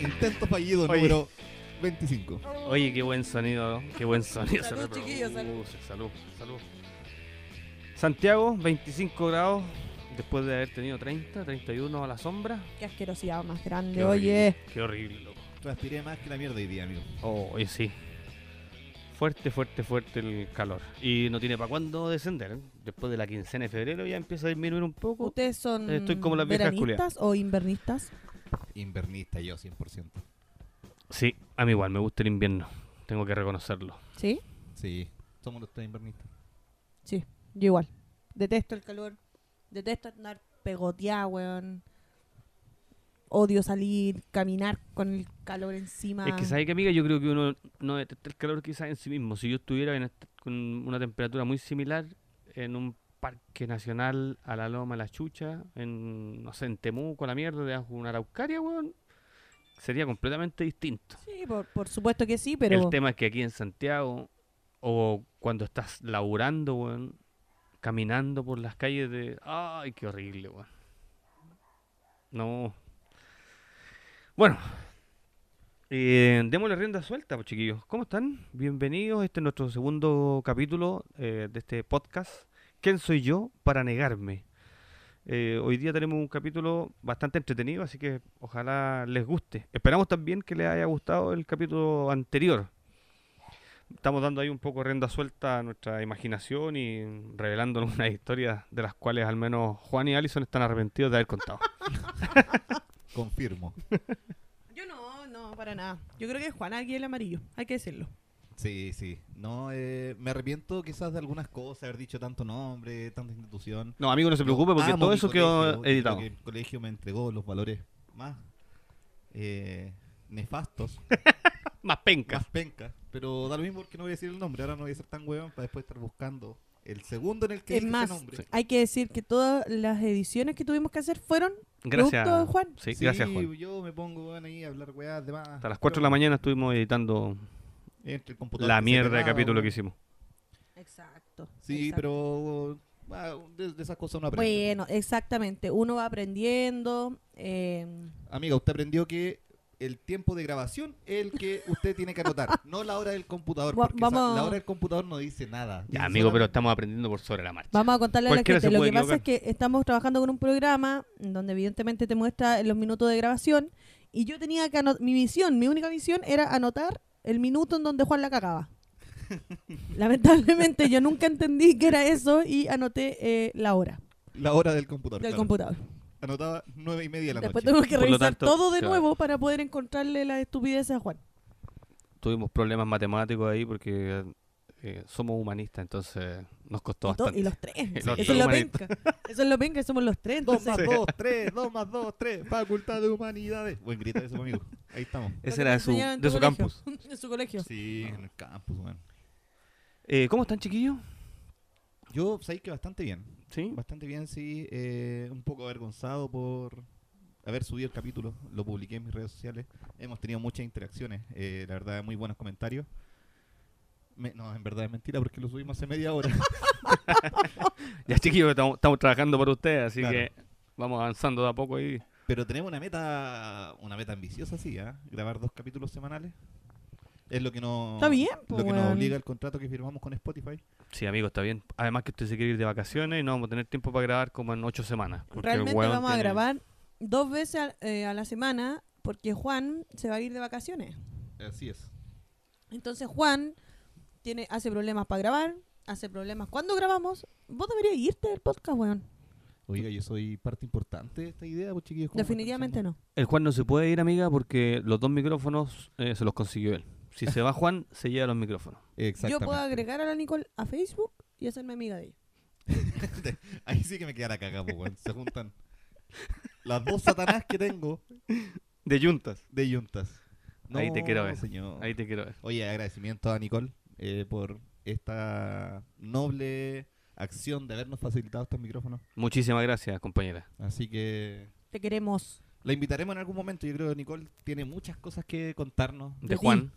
Intento fallido Oye. número 25. Oye, qué buen sonido, qué buen sonido. Salud, Se reproduce, chiquillos, salud. salud, salud. Santiago, 25 grados, después de haber tenido 30, 31 a la sombra. Qué asquerosidad más grande, Qué oye. horrible, Qué horrible, loco. Transpiré más que la mierda hoy día, amigo. Oh, oye, sí. Fuerte, fuerte, fuerte el calor. Y no tiene para cuándo descender. ¿eh? Después de la quincena de febrero ya empieza a disminuir un poco. ¿Ustedes son Eh, Estoy como las viejas veranistas o invernistas? Invernista yo, 100%. Sí, a mí igual, me gusta el invierno. Tengo que reconocerlo. ¿Sí? Sí, somos los tres invernistas. Sí, yo igual. Detesto el calor. Detesto andar pegoteada, weón. Odio salir, caminar con el calor encima. Es que, ¿sabes qué, amiga? Yo creo que uno no detecta el calor quizás en sí mismo. Si yo estuviera en est- con una temperatura muy similar en un parque nacional a la Loma, a la Chucha, en, no sé, en Temuco, a la mierda, de una araucaria, weón, sería completamente distinto. Sí, por, por supuesto que sí, pero... El tema es que aquí en Santiago, o cuando estás laburando, weón, caminando por las calles de... ¡Ay, qué horrible, weón! No. Bueno. eh, démosle rienda suelta, pues, chiquillos. ¿Cómo están? Bienvenidos. Este es nuestro segundo capítulo eh, de este podcast. ¿Quién soy yo para negarme? Eh, hoy día tenemos un capítulo bastante entretenido, así que ojalá les guste. Esperamos también que les haya gustado el capítulo anterior. Estamos dando ahí un poco rienda suelta a nuestra imaginación y revelando algunas historias de las cuales al menos Juan y Allison están arrepentidos de haber contado. Confirmo. Yo no, no, para nada. Yo creo que Juan aquí el amarillo, hay que decirlo. Sí, sí. No, eh, me arrepiento quizás de algunas cosas, haber dicho tanto nombre, tanta institución. No, amigo, no se preocupe porque Amo todo mi eso colegio, quedó yo creo editado. que el colegio me entregó los valores más eh, nefastos, Más penca. más pencas. Pero da lo mismo porque no voy a decir el nombre. Ahora no voy a ser tan huevón para después estar buscando el segundo en el que Es dice ese más, nombre. hay que decir que todas las ediciones que tuvimos que hacer fueron Gracias. producto de Juan. Sí, Sí, gracias, Juan. Yo me pongo weón, ahí a hablar weá de más. Hasta las 4 de la mañana estuvimos editando Entre el computador la que se mierda de pegaba, capítulo weón. que hicimos. Exacto. Sí, exacto. pero ah, de, de esas cosas uno aprende. Pues, Bueno, exactamente. Uno va aprendiendo. eh, Amiga, usted aprendió que el tiempo de grabación es el que usted tiene que anotar, no la hora del computador. Gua- Porque esa- vamos- la hora del computador no dice nada. Dice Ya, amigo, pero solamente- estamos aprendiendo por sobre la marcha. vamos a contarle a la Cualquiera gente. se Lo puede que pasa es equivocar. que estamos trabajando con un programa en donde evidentemente te muestra los minutos de grabación. Y yo tenía que anotar, mi misión, mi única misión era anotar el minuto en donde Juan la cagaba. Lamentablemente yo nunca entendí que era eso y anoté eh, la hora La hora del computador. del claro. computador. Anotaba nueve y media de la Después noche. tengo que Por lo revisar tanto, todo de claro. nuevo para poder encontrarle la estupidez a Juan. tuvimos problemas matemáticos ahí porque eh, somos humanistas, entonces nos costó Y to- bastante. Y los Los tres. Eso tres es lo humanitos. penca. Eso es lo penca, somos los tres. Dos Entonces, más dos, tres, dos más dos, tres. Facultad de Humanidades. Buen grito eso, amigo. Ahí estamos. Lo Ese que era te de su, enseñaron en de tu su colegio. campus. en su colegio. Sí, en el campus, weón. Eh, ¿Cómo están, chiquillos? Yo sabéis que bastante bien. ¿Sí? Bastante bien, sí. eh, un poco avergonzado por haber subido el capítulo. Lo publiqué en mis redes sociales. Hemos tenido muchas interacciones. eh, la verdad, muy buenos comentarios. Me- no, en verdad es mentira porque lo subimos hace media hora. Ya, chiquillos, estamos, estamos trabajando para ustedes, así Claro. que vamos avanzando de a poco ahí. Pero tenemos una meta una meta ambiciosa, sí, ¿ah? Grabar dos capítulos semanales. Es lo que nos, Está bien, lo pues, que nos weón. obliga el contrato que firmamos con Spotify. Sí, amigo, está bien. Además que usted se quiere ir de vacaciones y no vamos a tener tiempo para grabar como en ocho semanas. porque el Realmente weón vamos a tiene- grabar dos veces a, eh, a la semana porque Juan se va a ir de vacaciones. Así es. Entonces Juan tiene hace problemas para grabar, hace problemas cuando grabamos. Vos deberías irte del podcast, weón. Oiga, yo soy parte importante de esta idea, pues, chiquillos. ¿cómo me están Definitivamente diciendo? no. El Juan no se puede ir, amiga, porque los dos micrófonos eh, se los consiguió él. Si se va Juan, se lleva los micrófonos. Yo Exactamente. puedo agregar a la Nicole a Facebook y hacerme amiga de ella. Ahí sí que me queda la caga, po, weón. Se juntan las dos satanás que tengo De yuntas. de yuntas. Ahí te quiero No, ver. señor. Ahí te quiero ver. Oye, agradecimiento a Nicole eh, por esta noble acción de habernos facilitado estos micrófonos. Muchísimas gracias, compañera. Así que Te queremos. la invitaremos en algún momento. Yo creo que Nicole tiene muchas cosas que contarnos. De, De ti. Juan.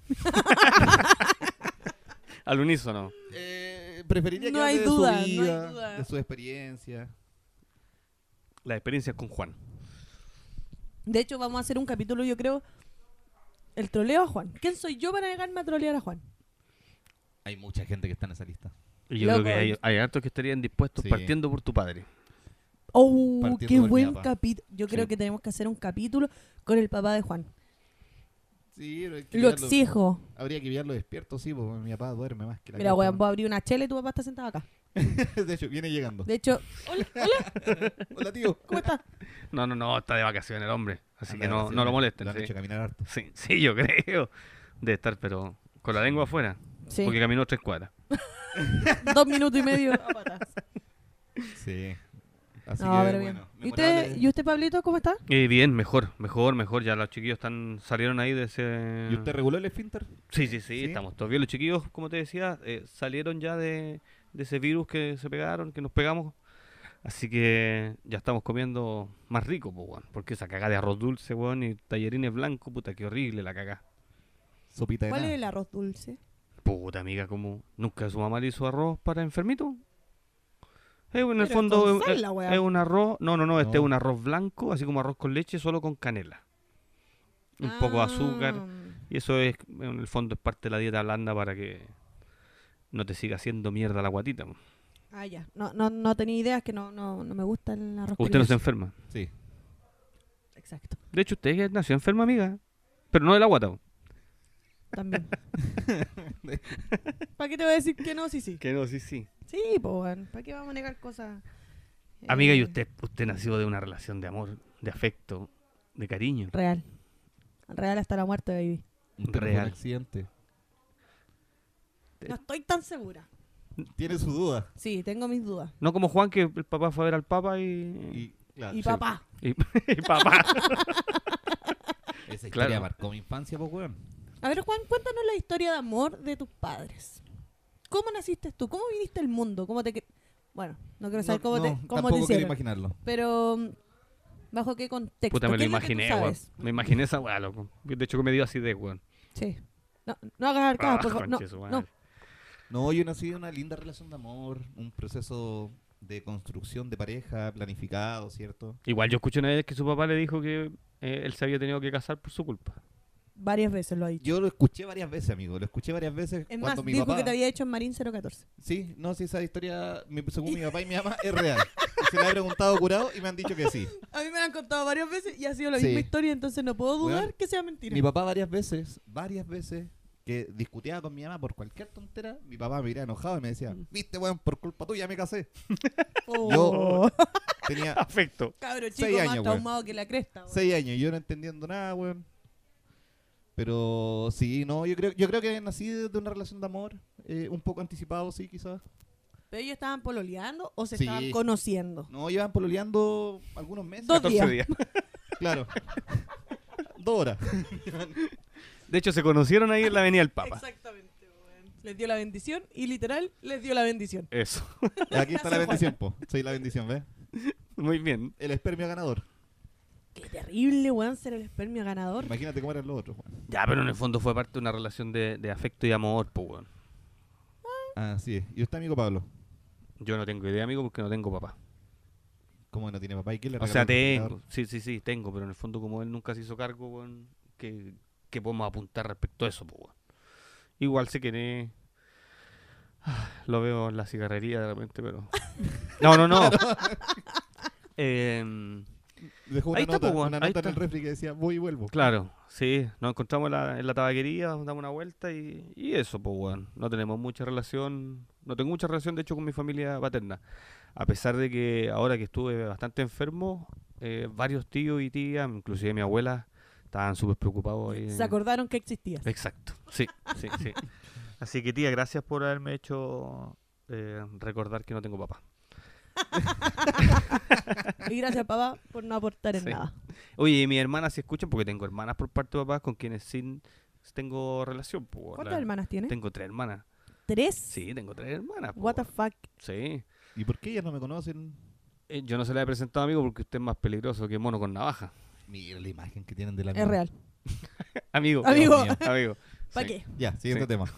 Al unísono. Eh, preferiría que No hable hay de duda, no su hay vida, duda. de su experiencia. Las experiencias con Juan. De hecho, vamos a hacer un capítulo, yo creo, el troleo a Juan. ¿Quién soy yo para negarme a trolear a Juan? Hay mucha gente que está en esa lista. Y yo Loco. creo que hay, hay hartos que estarían dispuestos Sí. partiendo por tu padre. ¡Oh, Partiendo qué por mi buen papá. capítulo! Yo creo Sí. que tenemos que hacer un capítulo con el papá de Juan. Sí, pero hay que Lo pillarlo- exijo. Habría que pillarlo despierto, sí, porque mi papá duerme más que la Mira, cresta, weón, vos abrí una chela y tu papá está sentado acá. weón. De hecho, viene llegando. De hecho, hola, hola, Hola, tío. ¿cómo estás? No, no, no, está de vacaciones el hombre. Así Anda de que no, no vacaciones, lo molesten. Lo han sí. hecho caminar harto. Sí, sí, yo creo. De estar, pero con la lengua afuera. Sí, Porque caminó tres cuadras. dos minutos y medio. a patas. Sí. Así no, que, pero bien. bueno. ¿Y, usted, memorable. ¿Y usted, Pablito, cómo está? Eh, bien, mejor, mejor, mejor. Ya los chiquillos están salieron ahí de ese... ¿Y usted reguló el esfínter? Eh, Sí, sí, sí, ¿Sí? estamos todos bien. Los chiquillos, como te decía, eh, salieron ya de, de ese virus que se pegaron, que nos pegamos. Así que ya estamos comiendo más rico, pues, weón. Porque esa cagada de arroz dulce, weón, y tallerines blancos, puta, qué horrible la cagada. Sopita de ¿Cuál es nada. el arroz dulce? Puta amiga, como nunca su mamá le hizo arroz para enfermito. Es en Pero el es fondo eh, con es, sal, la weá. es un arroz, no, no, no, este No. es un arroz blanco, así como arroz con leche, solo con canela. Un poco de azúcar. Ah, Y eso es, en el fondo, es parte de la dieta blanda para que no te siga haciendo mierda la guatita. po. Ah, ya. No, no, no tenía idea, es que no, no, no me gusta el arroz con Usted no se leche. enferma. Sí. Exacto, De hecho, usted nació enferma, amiga. Pero no de la guata. po. también. ¿Para qué te voy a decir que no? Sí, sí. Que no, sí, sí. Sí, pues, weón. ¿Para qué vamos a negar cosas? eh, Amiga, y usted, usted nació de una relación de amor, de afecto, de cariño. Real. Real hasta la muerte, baby. Usted no fue Real. un accidente. No estoy tan segura. Tiene su duda. Sí, tengo mis dudas. No como Juan, que el papá fue a ver al papa y... Y, claro, Y sí. papá. Y, y papá. Esa historia Claro. marcó mi infancia, pues, weón. A ver, Juan, cuéntanos la historia de amor de tus padres. ¿Cómo naciste tú? ¿Cómo viniste al mundo? ¿Cómo te... cre- Bueno, no quiero saber No, cómo no, te, cómo te tampoco quiero hicieron. imaginarlo. Pero, mm, ¿bajo qué contexto? Puta, me lo ¿Qué es que tú imaginé, weón. sabes? Me imaginé esa weá, loco. De hecho, que me dio así de weón. Sí. No, no hagas arcadas, Ah, por favor. No, conche su madre. no. No, yo nací de una linda relación de amor, un proceso de construcción de pareja planificado, ¿cierto? Igual yo escuché una vez que su papá le dijo que eh, él se había tenido que casar por su culpa. Varias veces lo ha dicho. Yo lo escuché varias veces, amigo. Lo escuché varias veces Es más, cuando mi dijo papá. que te había hecho en Marín 014. Sí, no, sí, esa historia, mi- según mi papá y mi mamá, es real. Se la he preguntado curado y me han dicho que sí. A mí me la han contado varias veces y ha sido la Sí. misma historia, entonces no puedo dudar Weón, que sea mentira. Mi papá varias veces, varias veces, que discutía con mi mamá por cualquier tontera, mi papá me iría enojado y me decía, viste, weón, por culpa tuya me casé. Oh. Tenía Afecto. Cabro chico Seis más años, traumado que la cresta. weón. seis años y yo no entendiendo nada, weón. Pero sí, no, yo creo, yo creo que nací de una relación de amor, eh, un poco anticipado, sí, quizás. ¿Pero ellos estaban pololeando o se Sí. estaban conociendo? No, llevan pololeando algunos meses. Dos 14 días. Claro. Dos horas. De hecho, se conocieron ahí en la avenida del Papa. Exactamente, weón. Les dio la bendición y literal les dio la bendición. Eso. Aquí está la Soy bendición, po. Soy la bendición, ¿ves? Muy bien. El espermio ganador. Qué terrible, weón, ser el espermio ganador. Imagínate cómo eran los otros, weón. Ya, pero en el fondo fue parte de una relación de, de afecto y amor, pues, weón. Así es. ¿Y usted, amigo Pablo? Yo no tengo idea, amigo, porque no tengo papá. ¿Cómo no tiene papá? ¿Y quién le O sea, regaló el computador? tengo. Sí, sí, sí, tengo, pero en el fondo, como él nunca se hizo cargo, weón, que, que podemos apuntar respecto a eso, pues, weón. Igual sé que ne- lo veo en la cigarrería de repente, pero. No, no, no. Em, Dejó una Ahí está, nota, po, weón. una Ahí nota en está. el refri que decía, voy y vuelvo. claro, sí, nos encontramos en la, en la tabaquería, nos damos una vuelta y, y eso, pues, weón. No tenemos mucha relación, no tengo mucha relación, de hecho, con mi familia paterna. A pesar de que ahora que estuve bastante enfermo, eh, varios tíos y tías, inclusive mi abuela, estaban súper preocupados. ahí. Se acordaron que existías. Exacto, sí, sí, sí. Así que tía, gracias por haberme hecho eh, recordar que no tengo papá. Y gracias, papá, por no aportar en Sí. nada. Oye, y mis hermanas sí escuchan porque tengo hermanas por parte de papá con quienes sin tengo relación. po, weón. ¿Cuántas La- hermanas tienes? Tengo tres hermanas. ¿Tres? Sí, tengo tres hermanas. po, What the weón. fuck. Sí. ¿Y por qué ellas no me conocen? Eh, Yo no se la he presentado, amigo, porque usted es más peligroso que mono con navaja. Mira la imagen que tienen de la Es real. Amigo. Dios Amigo. mío. Amigo. ¿Para Sí. qué? Ya, siguiente Sí. tema.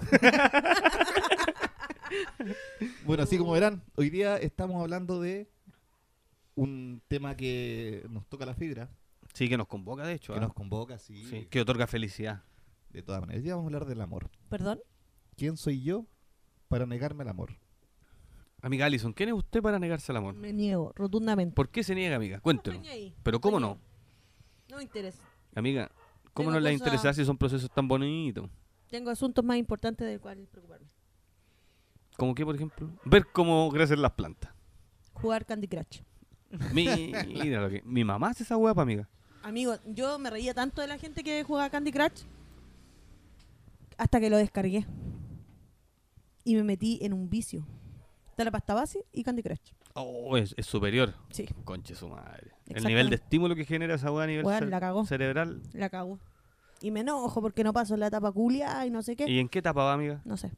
bueno, así como verán, hoy día estamos hablando de un tema que nos toca la fibra, Sí, que nos convoca, de hecho. Que ¿ah? nos convoca, sí. Sí, que otorga felicidad. De todas maneras. Hoy día vamos a hablar del amor. ¿Perdón? ¿Quién soy yo para negarme el amor? Amiga Alison, ¿quién es usted para negarse al amor? Me niego, rotundamente. ¿Por qué se niega, amiga? Cuéntelo. Estoy ahí. Pero ¿cómo Estoy no? ahí. No me interesa. Amiga, ¿cómo Tengo no le cosas- interesa si son procesos tan bonitos? Tengo asuntos más importantes del cual preocuparme. Como que, por ejemplo, ver cómo crecen las plantas. Jugar Candy Crush. Mira lo que... Mi mamá hace esa hueá, amiga. Amigo, yo me reía tanto de la gente que jugaba Candy Crush hasta que lo descargué. Y me metí en un vicio. Está la pasta base y Candy Crush. Oh, es, es superior. Sí, Conche su madre. El Exactamente. nivel de estímulo que genera esa hueá a nivel Hueá, cere- la cagó. cerebral. la cago. Y me enojo porque no paso la etapa culia y no sé qué. ¿Y en qué etapa va, amiga? No sé.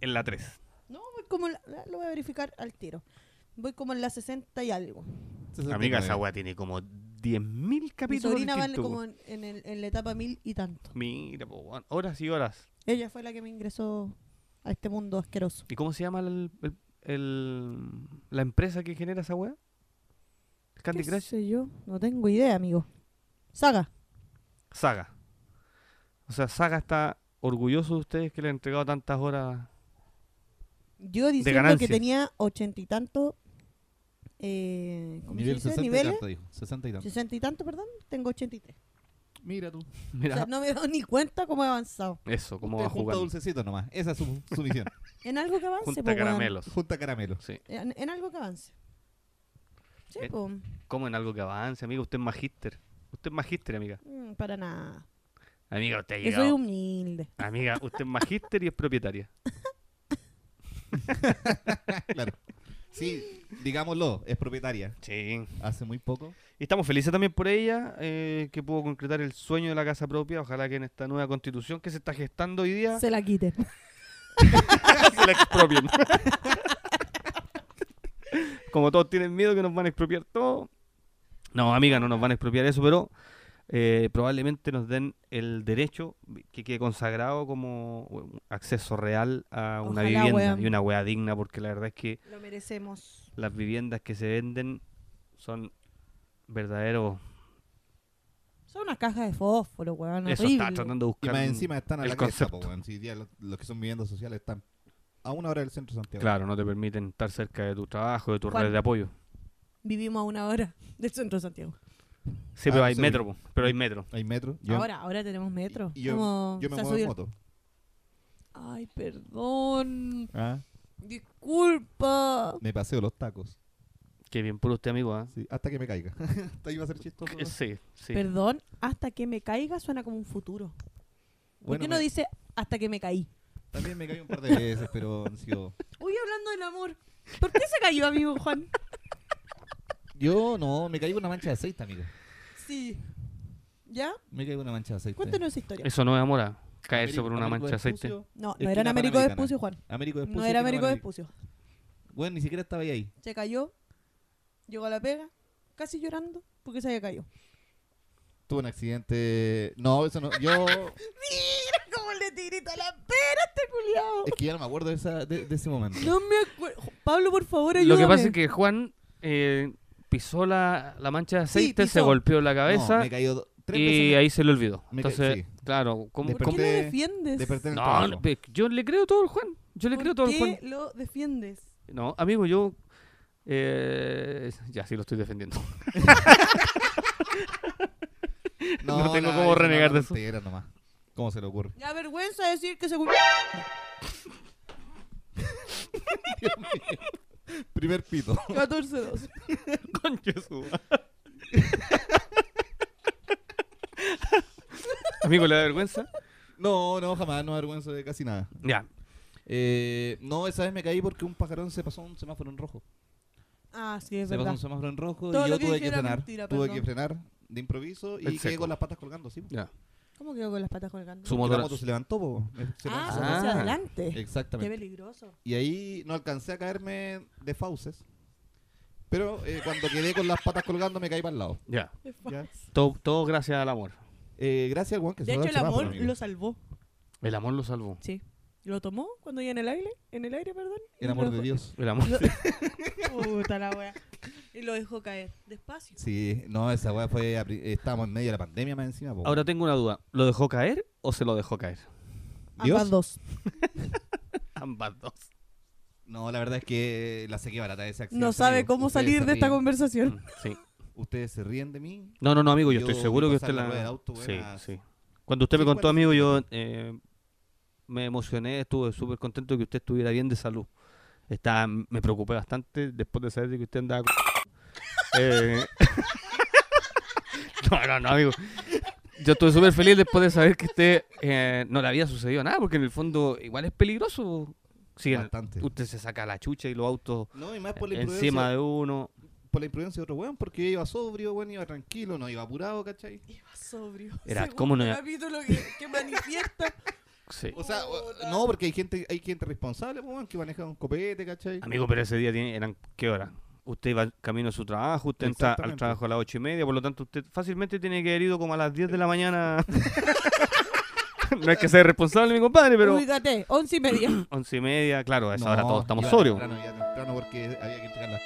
En la 3. No, voy como la- la- lo voy a verificar al tiro. Voy como en la 60 y algo. Amiga, esa hueá tiene como 10.000 Mi capítulos. sobrina va distintos, como weón. en, en el- en la etapa mil y tanto. Mira, po, weón, horas y horas. Ella fue la que me ingresó a este mundo asqueroso. ¿Y cómo se llama el, el- el- la empresa que genera esa hueá? Candy ¿Qué Crush. sé yo? No tengo idea, amigo. Saga. Saga. O sea, Saga está orgulloso de ustedes que le han entregado tantas horas. Yo diciendo que ganancias. tenía ochenta y tanto eh, ¿cómo se Nivel dice? 60 y niveles, tanto, dijo. 60 y tanto. sesenta y tanto, perdón, tengo ochenta y tres. Mira tú. O Mira, sea, no me he dado ni cuenta cómo he avanzado. eso, cómo Usted va junta jugando. dulcecitos nomás. Esa es su, su misión. En algo que avance, po, Junta weón. caramelos. junta caramelos. Sí. En, en algo que avance. Sí, pues, Eh. po. Como en algo que avance, amiga. Usted es magíster. Usted es magíster, amiga. Mm, para nada. Amiga, usted ha Que soy llegado. humilde. Amiga, usted es magíster y es propietaria. claro. Sí, digámoslo, es propietaria. Sí. Hace muy poco. Y estamos felices también por ella, eh, que pudo concretar el sueño de la casa propia. Ojalá que en esta nueva constitución que se está gestando hoy día Se la quiten. se la expropien. Como todos tienen miedo que nos van a expropiar todo. No, amiga, no nos van a expropiar eso, pero eh, probablemente nos den el derecho que quede consagrado como un acceso real a una Ojalá, vivienda weón. y una hueá digna, porque la verdad es que Lo merecemos. las viviendas que se venden son verdaderos. Son unas cajas de fósforo, weón. Eso Horrible. está tratando de Y buscar. más un- encima están a el la cresta, po, concepto. weón. Si hoy día los, los que son viviendas sociales están a una hora del centro de Santiago. Claro, no te permiten estar cerca de tu trabajo, de tu Juan. red de apoyo. Vivimos a una hora del centro de Santiago. Sí, Ah, pero no hay sé. metro, po, pero hay metro. Hay metro. Yo, ahora, ahora tenemos metro. y yo, Como yo me se ha muevo en subido- moto. Ay, perdón. Ah, Disculpa. me paseo los tacos. Qué bien por usted, amigo. ¿ah? Sí, hasta que me caiga. Hasta iba a ser chistoso. Eh, Sí, sí. Perdón, hasta que me caiga suena como un futuro. ¿Por Bueno, qué no me- dice hasta que me caí? También me caí un par de veces, pero han sido... Uy, hablando del amor. ¿Por qué se cayó, amigo Juan? Yo no, me caí con una mancha de aceite, amigo. Sí. ¿Ya? Me caí con una mancha de aceite. Cuéntanos esa historia. Eso no Este, es amor, ah, caerse por una mancha de aceite. No, no Esquina era en Américo de Panamericana. Espucio, Juan. Américo Vespucio. No era esquina Américo de Panamericana. Espucio. Bueno, ni siquiera estaba ahí. ahí. Se cayó, llegó a la pega, casi llorando porque se había caído. Tuve un accidente... No, eso no... Yo... ¡Mira cómo le tirita la pera este culiao! es que ya no me acuerdo de, esa- de- de ese momento. No me acuerdo. Pablo, por favor, ayúdame. Lo que pasa es que Juan eh, pisó la, la mancha de Sí, aceite, se pisó. golpeó la No, cabeza me cayó do- tres y veces. ahí se le olvidó. Me ca- Entonces, claro, ¿cómo? ¿Por qué lo Desperté- defiendes? Desperté en el No, trabajo. no, pe- yo le creo todo al Juan. Yo le creo todo ¿Por al Juan. qué lo defiendes? No, amigo, yo. eh, ya, sí lo estoy defendiendo. No tengo cómo eso renegar una de eso. tontera nomás. ¿Cómo se le ocurre? La vergüenza decir que se Primer pito. 14-2. Concha de su madre. Amigo, ¿le da vergüenza? No, no, jamás, no me avergüenzo de casi nada. Ya. Eh, no, esa vez me caí porque un pajarón se pasó un semáforo en rojo. Ah, sí, es se pasó verdad. un semáforo en rojo Todo y lo yo que tuve que dijera frenar. mentira, tuve perdón. que frenar de improviso y El quedé seco. con las patas colgando, sí. po. ya. ¿Cómo quedó con las patas colgando? Su Porque motor- la moto se levantó, po. Se ah, lanzó. Ah. hacia adelante. Qué Exactamente. peligroso. Y ahí no alcancé a caerme de fauces. Pero eh, cuando quedé con las patas colgando me caí para el lado. ya. ¿ya? Todo, todo gracias al amor. Eh, gracias al guan que De se va hecho, al el semáforo, amor amigo. lo salvó. El amor lo salvó. Sí. Lo tomó cuando ya en el aire, en el aire, perdón. y El amor lo- de Dios. El amor. Puta la wea. Y lo dejó caer. Despacio. Sí, no, esa weá fue. a pri- Estábamos en medio de la pandemia más encima. po. Ahora tengo una duda. ¿Lo dejó caer o se lo dejó caer? Ambas Dios. dos. Ambas dos. No, la verdad es que la saqué barata de ese accidente. No sabe amigo. cómo Ustedes salir se de esta ríen. conversación. Mm, Sí. Ustedes se ríen de mí. No, no, no, amigo, yo, Yo estoy seguro vi que pasar usted la la... rueda del auto, sí, buenas. sí. Cuando usted me Sí, contó, ¿cuál es amigo, el yo eh, me emocioné, estuve súper contento de que usted estuviera bien de salud. Estaba, me preocupé bastante después de saber de que usted andaba con... Eh, No, no, no, amigo. Yo estuve súper feliz después de saber que usted eh, no le había sucedido nada, porque en el fondo igual es peligroso. Si en- Bastante. usted se saca la chucha y los autos No, y más por la encima imprudencia. de uno. Por la imprudencia de otro weón, porque yo iba sobrio, weón, iba tranquilo, no iba apurado, ¿cachai? Iba sobrio. Era, Segundo ¿cómo no era? capítulo que, que manifiesta. Sí. O sea, o- no, porque hay gente, hay gente responsable, po, weón, que maneja un copete, ¿cachai? Amigo, pero ese día tiene- eran ¿qué hora? Usted iba camino a su trabajo, usted entra al Exactamente. trabajo a las ocho y media, por lo tanto usted fácilmente tiene que haber ido como a las 10 de la mañana. no es que sea responsable mi compadre, pero Ubícate, once y media. once y media, claro, a esa No, hora todos estamos iba sobrios. Temprano, iba temprano porque había que entregar las-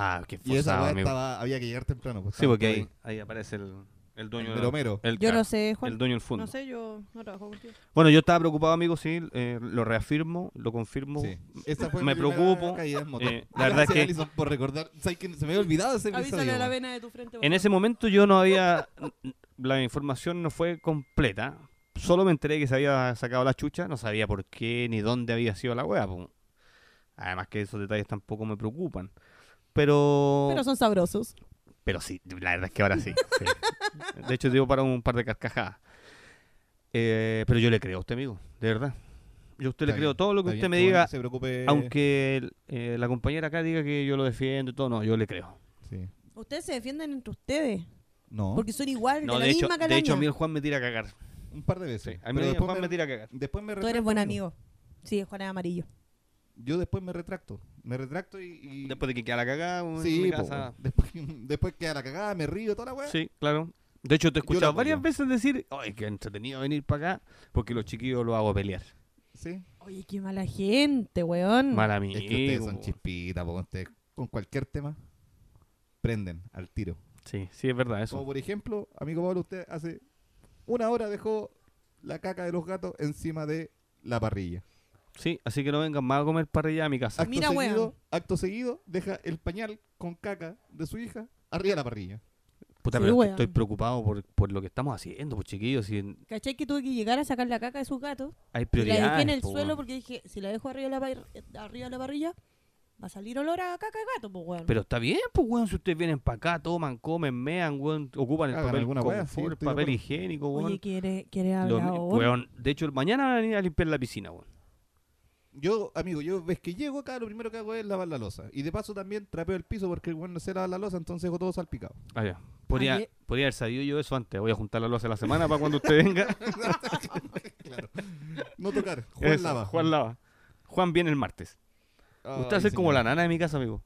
Ah, qué Y esa forzado, weá amigo. estaba, había que llegar temprano. pues, Sí, estaba porque todo ahí, ahí aparece el, el dueño Mero, mero. El, Yo claro, no sé, Juan. el dueño del fondo. No sé, yo no trabajo contigo. Bueno, yo estaba preocupado, amigo, sí, eh, lo reafirmo, lo confirmo. Sí. Esa fue me mi primera preocupo, caída en moto. eh, la verdad es Gracias, que- Alison, por recordar. ¿Sabes que se me había olvidado ese Avísale episodio, a la weón. vena de tu frente. En weón. ese momento yo no había. La información no fue completa. Solo me enteré que se había sacado la chucha. No sabía por qué ni dónde había sido la wea. po. Además que esos detalles tampoco me preocupan. Pero. Pero son sabrosos. Pero sí, la verdad es que ahora sí. sí. De hecho, digo para un par de carcajadas. Eh, pero yo le creo a usted, amigo. De verdad. Yo a usted le Está creo bien, todo lo que está bien, usted me qué bueno diga. que se preocupe. Aunque el- eh, la compañera acá diga que yo lo defiendo y todo. No, yo le creo. Sí. Ustedes se defienden entre ustedes. No, Porque son iguales, No, de la de hecho, misma de calaña. hecho, a mí el Juan me tira a cagar. un par de Sí, veces. a mí Pero el después Juan me me, tira a cagar. después me Tú eres retracto, buen amigo. Sí, Juan es amarillo. Yo después me retracto. Me retracto y. y- Después de que queda la cagada, weón, en sí, mi po, casa. después, después queda la cagada, me río, toda la weá. Sí, claro. De hecho, te Yo he la escuchado apoyo. varias veces decir, ay, qué entretenido venir para acá, porque los chiquillos lo hago pelear. Sí. Oye, qué mala gente, weón. Mala mía. Mm. Es que ustedes son chispitas, po, ustedes con cualquier tema prenden al tiro. Sí, sí, es verdad Como eso. por ejemplo, amigo Pablo, usted hace una hora dejó la caca de los gatos encima de la parrilla. Sí, así que no vengan más a comer para allá a mi casa. Acto, Mira, seguido, weón. acto seguido, deja el pañal con caca de su hija arriba de la parrilla. Puta, sí, pero es que weón. estoy preocupado por, por lo que estamos haciendo, pues chiquillos. Si ¿Cachai que tuve que llegar a sacar la caca de su gato? hay Y la prioridades. dejé en el po, suelo weón. porque dije, si la dejo arriba de la, par- arriba de la parrilla, va a salir olor a caca de gato, pues, weón. Pero está bien, pues, weón, si ustedes vienen para acá, toman, comen, mean, weón, ocupan el Hagan papel alguna weá, sí, confort, estoy de papel acuerdo. higiénico, weón. Oye, ¿quiere, quiere Lo hablar mi- ahora? weón, De hecho, mañana van a venir a limpiar la piscina, weón. Yo, amigo, yo ves que llego acá, lo primero que hago es lavar la losa. Y de paso también trapeo el piso porque bueno, no se lava la losa, entonces dejo todo salpicado. Ah, ya. Podría, Ayer- podría haber sabido yo eso antes. Voy a juntar la losa de la semana para cuando usted venga. Claro. No tocar, Juan Eso, lava. Juan lava. Juan viene el martes. Ay, usted hace como señor. la nana de mi casa, amigo.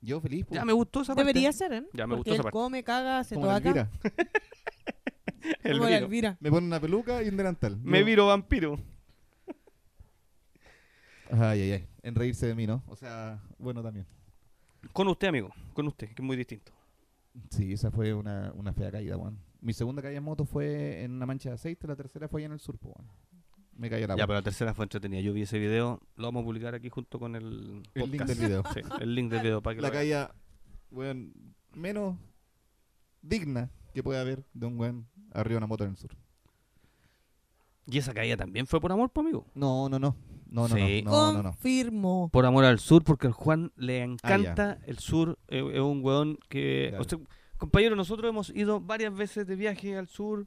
Yo feliz, po. Ya me gustó esa parte. Debería ser, ¿eh? Ya me gustó Porque esa él parte. come, caga, se como toda la acá. Elvira. El Como la viro. Elvira. Me pone una peluca y un delantal. Me Yo- viro vampiro. Ay, ay, ay. En reírse de mí, ¿no? O sea, bueno también. Con usted, amigo. Con usted, que es muy distinto. Sí, esa fue una, una fea caída, Juan. Mi segunda caída en moto fue en una mancha de aceite, la tercera fue allá en el sur, po, weón. Me cayó la ya, boca. pero la tercera fue entretenida. Yo vi ese video. Lo vamos a publicar aquí junto con el, El link podcast. del video. Sí, el link del video para que La lo vean. caída, weón, menos digna que puede haber de un weón arriba de una moto en el sur. Y esa caída también fue por amor, pues, amigo. No, no, no. No, no, Sí. no. No, no, no. Confirmo. Por amor al sur, porque al Juan le Ah, ya. encanta el sur. Es, es un weón que. Claro. o sea, compañero, nosotros hemos ido varias veces de viaje al sur.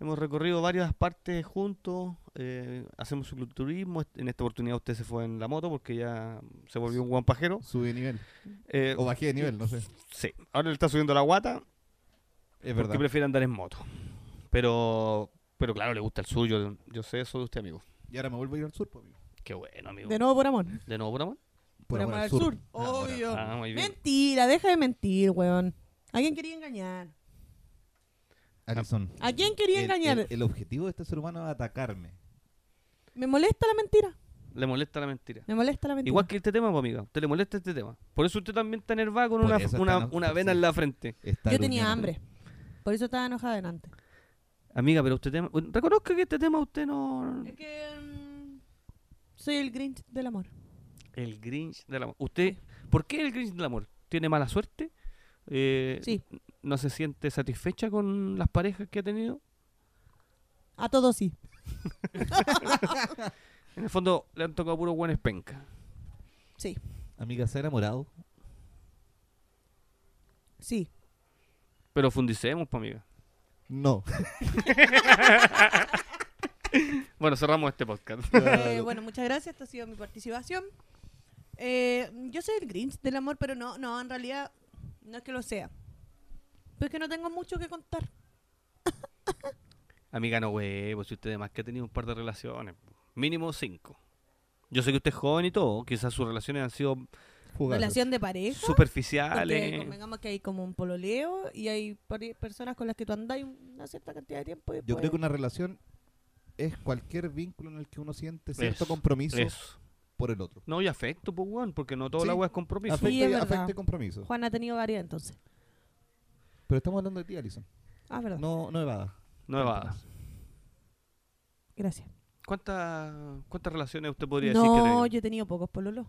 Hemos recorrido varias partes juntos. eh, hacemos cicloturismo. En esta oportunidad usted se fue en la moto porque ya se volvió un guan pajero. Subí de nivel. Eh, O bajé de nivel, no sé. sí, ahora le está subiendo la guata Es porque verdad. prefiere andar en moto. Pero, pero claro, le gusta el sur. Yo, yo sé eso de usted, amigo. Y ahora me vuelvo a ir al sur, po, amigo. Qué bueno, amigo. De nuevo por amor. ¿De nuevo, por amor? Por, amor al sur. Obvio. Ah, muy bien. Mentira, deja de mentir, weón. ¿A quién quería engañar? Alison. ¿A quién quería el- engañar? el- el objetivo de este ser humano es atacarme. Me molesta la mentira. Le molesta la mentira. Me molesta la mentira. Igual que este tema, pues, amiga. Usted le molesta este tema. Por eso usted también está enervada con Por una, eso está una, enojada, una vena sí. en la frente. Está Yo tenía gruñendo. hambre. Por eso estaba enojada delante. Amiga, pero usted tema. Reconozca que este tema usted no. Es que. mm, soy el Grinch del amor. El Grinch del amor. ¿Usted. ¿Por qué el Grinch del amor? ¿Tiene mala suerte? Eh, Sí. mm. ¿No se siente satisfecha con las parejas que ha tenido? A todos sí. En el fondo, le han tocado puro buen penca. Sí. Amiga, ¿se ha enamorado? Sí. Pero fundicemos, pues, amiga. No. Bueno, cerramos este podcast. Eh, bueno, muchas gracias. Esta ha sido mi participación. Eh, yo soy el Grinch del amor, pero no, no, en realidad no es que lo sea. Pero es que no tengo mucho que contar. Amiga, no huevo, si usted además que ha tenido un par de relaciones, mínimo cinco. Yo sé que usted es joven y todo, quizás sus relaciones han sido Fugazos. Relación de pareja. Porque superficiales. convengamos que hay como un pololeo y hay pare- personas con las que tú andas una cierta cantidad de tiempo. y Yo después- creo que una relación es cualquier vínculo en el que uno siente cierto Eso, compromiso Eso. por el otro. No, y afecto, pues, weón, porque no todo Sí. el agua es compromiso. Afecto, Sí, y, es verdad. afecto y compromiso. Juan ha tenido varias entonces. Pero estamos hablando de ti, Alison. Ah, verdad. No, no evada. No me va. Gracias. ¿Cuántas, ¿Cuántas relaciones usted podría decir que No, tiene? yo he tenido pocos pololos.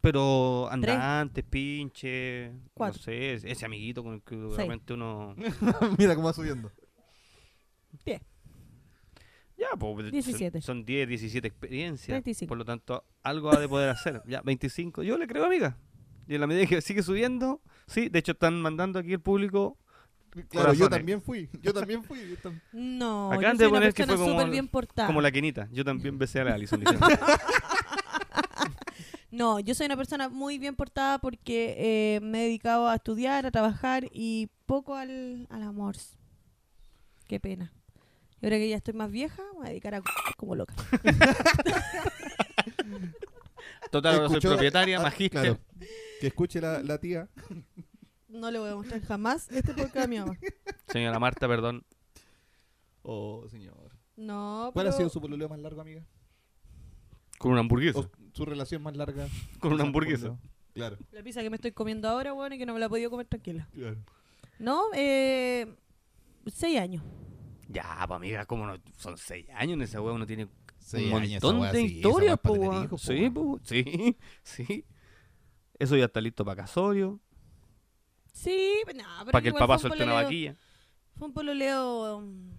Pero andantes, pinche, Cuatro. no sé, ese- ese amiguito con el que de Seis. repente uno... Mira cómo va subiendo. Ya, pues. son- 17. Son 10, 17 experiencias. 35. Por lo tanto, algo ha de poder hacer. Ya, 25. Yo le creo, amiga. Y en la medida que sigue subiendo, sí, de hecho están mandando aquí el público. Claro, Corazones. yo también fui. Yo también fui. yo tam- No, Acaban de yo soy una poner que persona fue como súper la- bien portada. Como la quinita. Yo también besé a la Alison. dice. No, yo soy una persona muy bien portada porque eh, me he dedicado a estudiar, a trabajar y poco al, al amor. Qué pena. Y ahora que ya estoy más vieja, me voy a dedicar a como loca. Total, ahora soy Escuchó- propietaria, ah, magíster. claro. Que escuche la, la tía. No le voy a mostrar jamás este podcast a mi mamá. Señora Marta, perdón. Oh, señor. No, ¿Cuál ha pero sido su pololeo más largo, amiga? Con una hamburguesa. O su relación más larga. Con una hamburguesa. Claro, la pizza que me estoy comiendo ahora, bueno, y que no me la he podido comer tranquila. claro. No, eh, seis años. Ya, pues amiga, como no. Son seis años en esa wea, uno tiene Seis un años, esa montón wea de sí, esa wea historias, es para po, tener weón. hijos, po, Sí, weón. po, sí, sí. Eso ya está listo para casorio, Sí, no, pero para que el igual papá fue un suelte una pololeo- vaquilla. Fue un pololeo... um,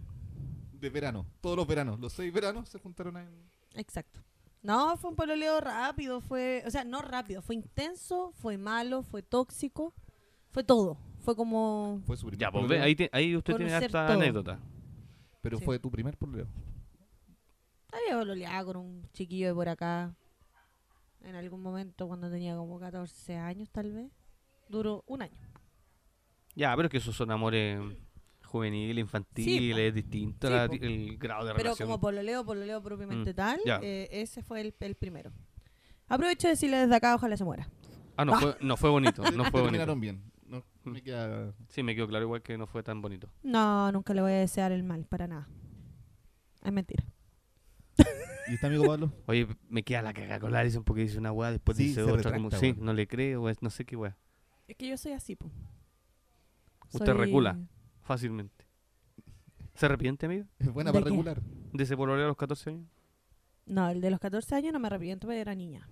De verano. Todos los veranos. Los seis veranos se juntaron en... Exacto. No, fue un pololeo rápido, fue, o sea, no rápido, fue intenso, fue malo, fue tóxico, fue todo. Fue como Fue su primer Ya, pues ve, pololeo, ahí, te- ahí usted tiene Conocer harta todo. anécdota. Pero Sí. fue tu primer pololeo. había pololeado con un chiquillo de por acá en algún momento cuando tenía como 14 años tal vez. Duró un año. Ya, pero es que esos son amores juveniles, infantiles, es distinto Sí, la- po. el grado de Pero relación. como pololeo, pololeo propiamente Mm, tal, ya. eh, ese fue el, el primero. Aprovecho de decirle desde acá, ojalá se muera. Ah, no fue, no fue bonito, no fue bonito. Terminaron bien. No, me queda... Sí, me quedó claro igual que no fue tan bonito. No, nunca le voy a desear el mal, para nada. Es mentira. ¿Y está amigo Pablo? Oye, me queda la cagada con la Alison porque dice una weá, después Sí, dice se otra, retracta, como, weón. sí, no le creo, weón, no sé qué weá. Es que yo soy así, po. Usted recula. Fácilmente. ¿Se arrepiente, amigo? Es buena ¿De para qué? regular. ¿De ese pololeo a los 14 años? No, el de los 14 años no me arrepiento porque era niña.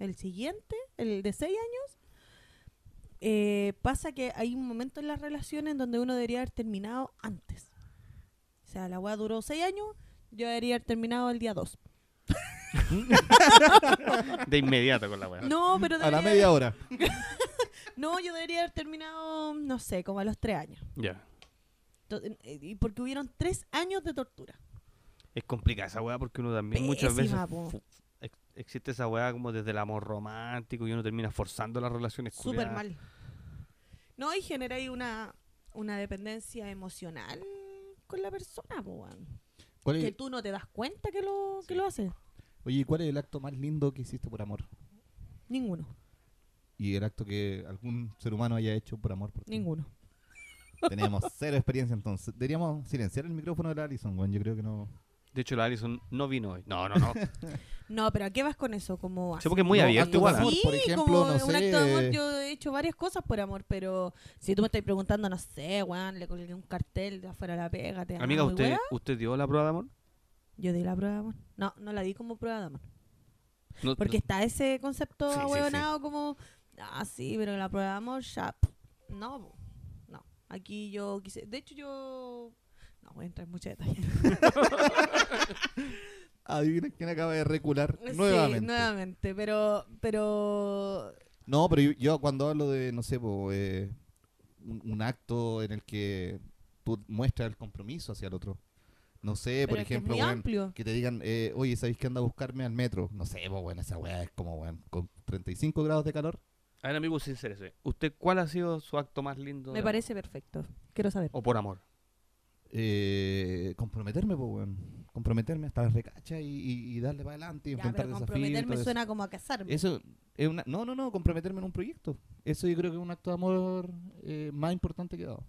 El siguiente, el de 6 años, eh, pasa que hay un momento en las relaciones donde uno debería haber terminado antes. O sea, la weá duró 6 años, yo debería haber terminado el día 2. De inmediato con la weá. No, pero A la debería- media hora. No, yo debería haber terminado, no sé, como a los 3 años. Ya. To- eh, y Porque hubieron 3 años de tortura. Es complicada esa weá porque uno también muchas veces Pésima, po. fu- ex- existe esa weá como desde el amor romántico y uno termina forzando las relaciones. Súper culiadas. mal. No, y genera ahí una, una dependencia emocional con la persona, po, weón. ¿Cuál que es, tú no te das cuenta que lo, que Sí. lo haces. oye, ¿y ¿cuál es el acto más lindo que hiciste por amor? Ninguno, Y el acto que algún ser humano haya hecho por amor por ti. ninguno. Tenemos cero experiencia entonces. Deberíamos silenciar el micrófono de la Alison, weón. Yo creo que no. De hecho, la Alison no vino hoy. No, no, no. No, pero ¿a qué vas con eso? Como Sí, así porque es muy como- abierto como- igual, ¿ah? Sí, Por ejemplo, como no un sé, acto de amor. eh. Yo he hecho varias cosas por amor, pero si tú me estás preguntando, no sé, weón, le colgué un cartel de afuera de la pega. Te Amiga, amo, y ¿usted, weá. ¿usted dio la prueba de amor? Yo di la prueba de amor. No, no la di como prueba de amor. No, Porque está ese concepto Sí, sí, sí. ahueonado como, ah, sí, pero la prueba de amor ya. p- No, po, no. Aquí yo quise. De hecho, yo. No voy a entrar en mucho detalle. Adivinen quién acaba de recular Sí, nuevamente. nuevamente, pero. pero No, pero yo, yo cuando hablo de, no sé, po, eh, un, un acto en el que tú muestras el compromiso hacia el otro. No Eh, sé, por pero es que es ejemplo, muy weón, amplio. que te digan, eh, oye, ¿sabéis que anda a buscarme al metro? No sé, pues bueno, esa weá es como, weón, con 35 grados de calor. A ver, amigo, sincérese. ¿Usted cuál ha sido su acto más lindo? Me de- parece perfecto. Quiero saber. O por amor. Eh, comprometerme, pues weón. Comprometerme hasta la recacha y, y- y darle para adelante y Ya, enfrentar pero desafíos. y comprometerme todo suena como a casarme. Eso Eso es una... No, no, no, comprometerme en un proyecto. Eso yo creo que es un acto de amor eh, más importante que dado.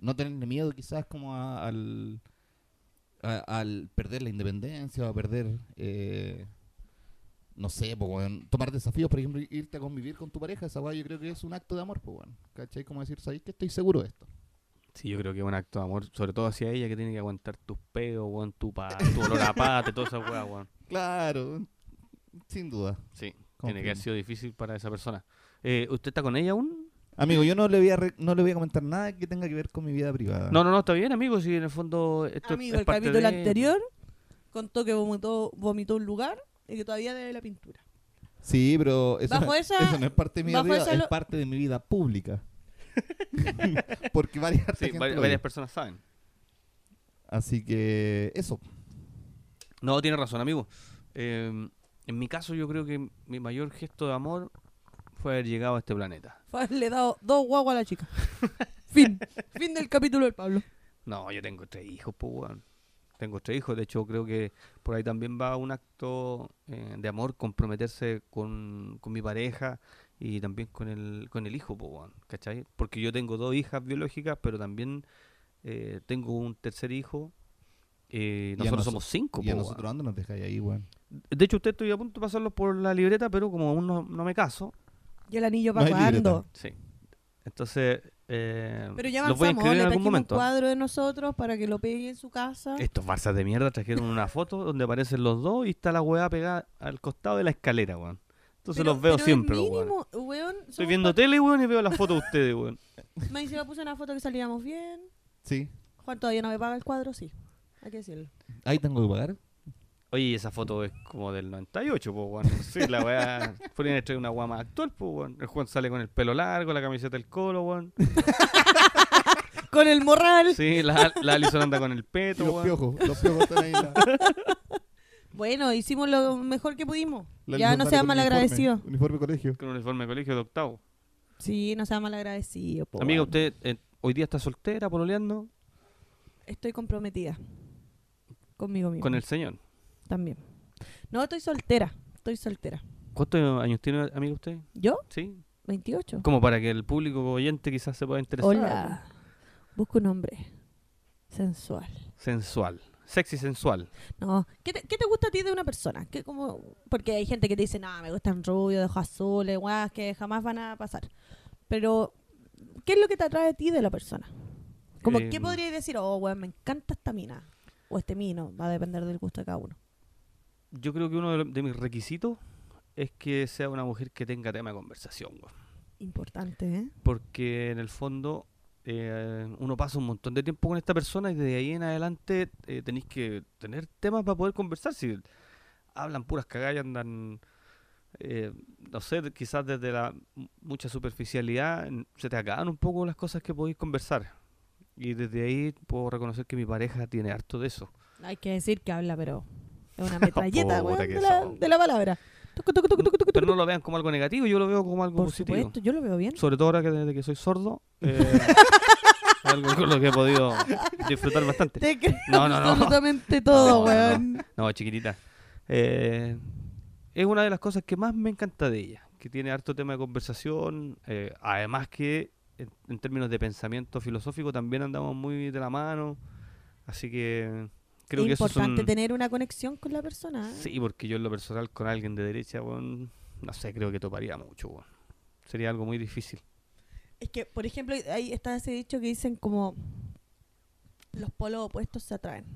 No tenerle miedo quizás como a- al, a- al perder la independencia o a perder, eh, no sé, po, weón, tomar desafíos, por ejemplo, irte a convivir con tu pareja, esa weá yo creo que es un acto de amor, pues bueno, ¿cachai? Como decir, ¿sabéis que estoy seguro de esto? Sí, yo creo que es un acto de amor, sobre todo hacia ella que tiene que aguantar tus peos, weón, tu, pa, tu olor a pate, toda esa weá, weón. Claro, sin duda. Sí, tiene que Confirmo. haber sido difícil para esa persona. Eh, ¿Usted está con ella aún? Amigo, yo no le voy a re- no le voy a comentar nada que tenga que ver con mi vida privada. No, no, no, está bien, amigo, si en el fondo esto Amigo, es el parte capítulo de- anterior contó que vomitó, vomitó un lugar y que todavía debe la pintura. Sí, pero eso, Bajo no, esa- eso no es parte de mi vida, bajo privada, esa es lo- parte de mi vida pública. Porque varias, harta Sí, gente varias, lo varias vio. personas saben. Así que eso. No, tiene razón, amigo. Eh, en mi caso, yo creo que mi mayor gesto de amor fue haber llegado a este planeta. Fue haberle dado dos guaguas a la chica. fin. Fin del capítulo del Pablo. No, yo tengo tres hijos, pues, weón. Tengo tres hijos, de hecho, creo que por ahí también va un acto eh, de amor, comprometerse con, con mi pareja y también con el, con el hijo, pues, weón, ¿cachai? Porque yo tengo dos hijas biológicas, pero también eh, tengo un tercer hijo. Eh, Y a nosotros noso- somos cinco, Y a po, nosotros ando nos dejáis ahí, weón. De hecho, usted estoy a punto de pasarlo por la libreta, pero como aún no, no me caso, Y el anillo No para hay cuándo. Sí. Entonces, eh, Pero ya los voy a avanzamos. inscribir Le en algún trajimos un momento. cuadro de nosotros para que lo pegue en su casa. Estos barzas de mierda trajeron una foto donde aparecen los dos y está la weá pegada al costado de la escalera, weón. Entonces Pero- los veo pero es siempre, los weón. mínimo, weón. Estoy viendo tele, weón, y veo la foto de ustedes, weón. Me dice, puso una foto que salíamos bien. Sí. Juan todavía no me paga el cuadro, sí. Hay que decirlo. Ahí tengo que pagar. Oye, y esa foto es como del 98, po, weón. Sí, la weá. Podrían extraer una weá más actual, po, weón. El Juan sale con el pelo largo, la camiseta del colo, weón. Con el morral. Sí, la, la Alison anda con el Y peto, los weón. piojos, los piojos están ahí. la- Bueno, hicimos lo mejor que pudimos. la ya no Lisandra sea con malagradecido. Uniforme, uniforme colegio. Con un uniforme de colegio de octavo. Sí, no sea malagradecido. po, Amiga, weón. usted eh, hoy día está soltera, pololeando Estoy comprometida. Conmigo mismo. con el señor. También. No, estoy soltera. Estoy soltera. ¿Cuántos años tiene, amigo, usted? ¿Yo? ¿Sí? 28. Como para que el público oyente quizás se pueda interesar. Hola. Busco un hombre. Sensual. Sensual. Sexy sensual. No. ¿Qué te, qué te gusta a ti de una persona? ¿Qué, como, porque hay gente que te dice, no, me gustan rubios, de ojos azules, guas, que jamás van a pasar. Pero, ¿qué es lo que te atrae a ti de la persona? Como, Eh, ¿qué podrías decir? Oh, weón, me encanta esta mina. O este mino. Va a depender del gusto de cada uno. Yo creo que uno de, lo- de mis requisitos es que sea una mujer que tenga tema de conversación, weón. Importante, ¿eh? Porque en el fondo eh, uno pasa un montón de tiempo con esta persona y desde ahí en adelante eh, tenéis que tener temas para poder conversar. Si hablan puras cagadas y andan, eh, no sé, de- quizás desde la m- mucha superficialidad n- se te acaban un poco las cosas que podéis conversar. Y desde ahí puedo reconocer que mi pareja tiene harto de eso. Hay que decir que habla, pero es una Puta metralleta, weón, que de, la, son. de la palabra. Tucu, tucu, tucu, tucu, tucu, Pero tucu. no lo vean como algo negativo, yo lo veo como algo Por positivo. supuesto, yo lo veo bien. Sobre todo ahora que desde que soy sordo, eh, algo con lo que he podido disfrutar bastante. Te creo No, no, no. absolutamente todo, No, no, weón. No, chiquitita. Eh, es una de las cosas que más me encanta de ella, que tiene harto tema de conversación, eh, además que en, en términos de pensamiento filosófico también andamos muy de la mano, así que Creo que es eso es importante un- tener una conexión con la persona. ¿eh? Sí, porque yo en lo personal con alguien de derecha, weón, no sé, creo que toparía mucho, weón. Sería algo muy difícil. Es que, por ejemplo, ahí está ese dicho que dicen como los polos opuestos se atraen.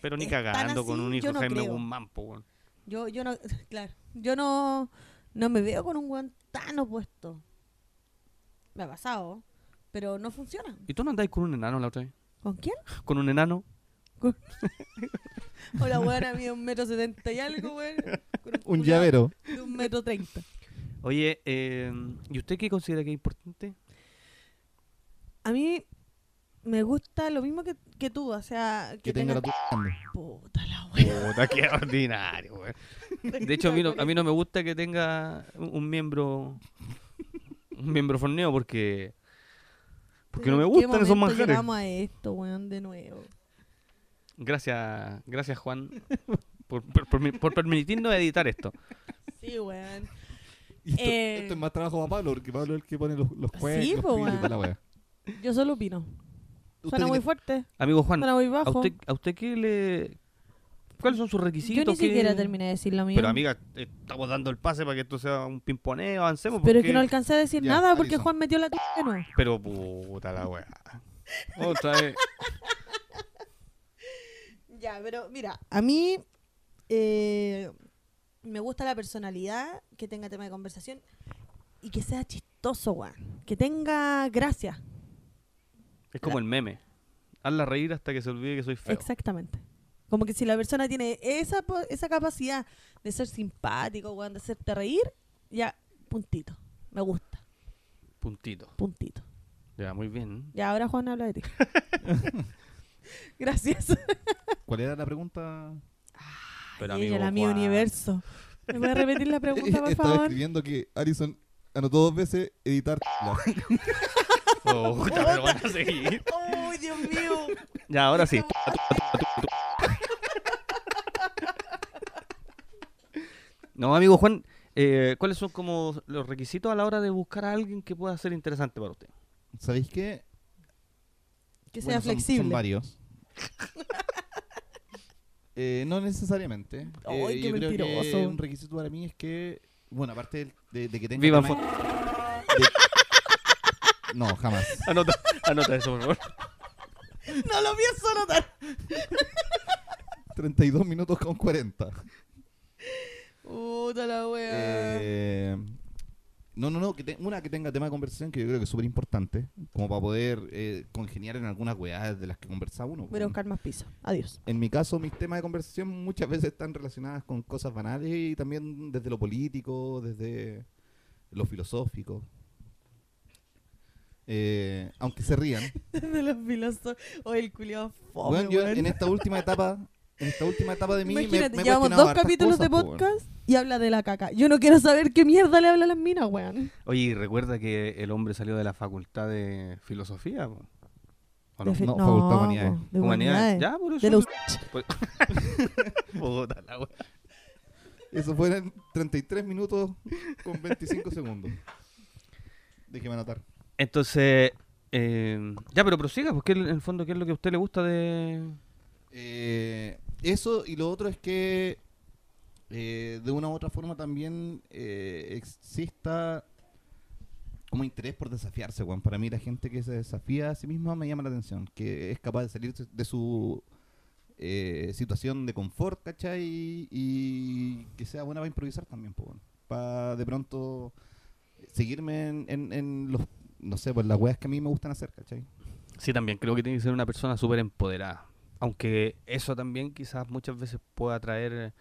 Pero ni Es tan cagando con así, un hijo yo de no Jaime creo. Guzmán, po, weón. Yo, yo no, claro, yo no, no me veo con un weón tan opuesto. Me ha pasado, pero no funciona. ¿Y tú no andás con un enano la otra vez? ¿Con quién? ¿Con un enano? O la weona mide un metro setenta y algo, weón. con Un culo llavero. De un metro treinta. Oye, eh, ¿y usted qué considera que es importante? A mí me gusta lo mismo que, que tú, o sea, que, Que tenga la tu... Puta la wea. Puta, qué ordinario, weón. De hecho, a mí, no, a mí no me gusta que tenga un un miembro. Un miembro forneo porque. Porque no me ¿En qué gustan esos momento manjares. llegamos a esto, weón, de nuevo. Gracias, gracias Juan, por, por- por mi- por permitirnos editar esto. Sí, weón. Y Esto, Eh. esto es más trabajo para Pablo, porque Pablo es el que pone los, los cuecos, Sí, los po, pitos y weón. toda la wea. Yo solo opino. Usted Suena muy tiene- fuerte, Amigo Juan, suena muy ¿a bajo. usted, ¿a usted qué le... ¿Cuáles son sus Yo requisitos? ni ¿Qué- siquiera terminé de decir lo mío. Pero amiga, estamos dando el pase para que esto sea un pimponeo, avancemos. Pero es porque- que no alcancé a decir Ya, nada porque Alison. Juan metió la t de nuevo. Pero puta la weá. Otra vez. Ya, pero mira, a mí eh, me gusta la personalidad, que tenga tema de conversación y que sea chistoso, weón. Que tenga gracia. Es como el meme. Hazla reír hasta que se olvide que soy feo. Exactamente. Como que si la persona tiene esa, po- esa capacidad de ser simpático, weón, de hacerte reír, ya, puntito. Me gusta, Puntito. puntito. Ya, muy bien. Ya, ahora Juan habla de ti. Gracias. ¿Cuál era la pregunta? Pero Ay, amigo ella, la mi Juan, universo. ¿Me voy a repetir la pregunta, por Estaba favor? escribiendo que Alison anotó dos veces editar. Oh, puta, pero van a seguir. ¡Oh, Dios mío! Ya, ahora sí. No, amigo Juan, eh, ¿cuáles son como los requisitos a la hora de buscar a alguien que pueda ser interesante para usted? ¿Sabéis qué? Que sea Bueno, son- Son, flexible. varios. Eh, no necesariamente. Ay, Eh, yo qué creo que mentiroso. un requisito para mí es que, bueno, aparte del- de, de que tenga... Viva tema- de- No, jamás. Anota, anota eso, por favor. no lo pienso notar. 32 minutos con 40. Puta la wea. Eh, no, no, no, que te- una que tenga tema de conversación que yo creo que es súper importante, como para poder eh, congeniar en algunas weas de las que conversa uno. Voy a buscar más piso. Adiós. En mi caso, mis temas de conversación muchas veces están relacionadas con cosas banales y también desde lo político, desde lo filosófico. Eh, aunque se rían. De los filósofos. O el culiado fome. Weón, yo weón. en esta última etapa, en esta última etapa de mí, me- Imagínate, me he llevamos cuestionado dos hartas capítulos cosas, de po, weón. podcast y habla de la caca. Yo no quiero saber qué mierda le habla a las minas, weón. Oye, y recuerda que el hombre salió de la facultad de filosofía. po. ¿O no? De fi- no, facultad de po, humanidades. de Humanidades. humanidades. Ya, por eso. De los... Puta la wea. Eso fueron 33 minutos con 25 segundos. Déjeme anotar. Entonces, eh, ya, pero prosiga, porque en el fondo, ¿qué es lo que a usted le gusta de...? Eh, eso y lo otro es que eh, de una u otra forma también eh, exista como interés por desafiarse, weón. Para mí la gente que se desafía a sí misma me llama la atención, que es capaz de salir de su eh, situación de confort, ¿cachai? Y, y que sea buena para improvisar también, pues, para de pronto seguirme en, en- en los, no sé, pues las weas que a mí me gustan hacer, ¿cachai? Sí, también creo que tiene que ser una persona súper empoderada. Aunque eso también quizás muchas veces pueda traer eh,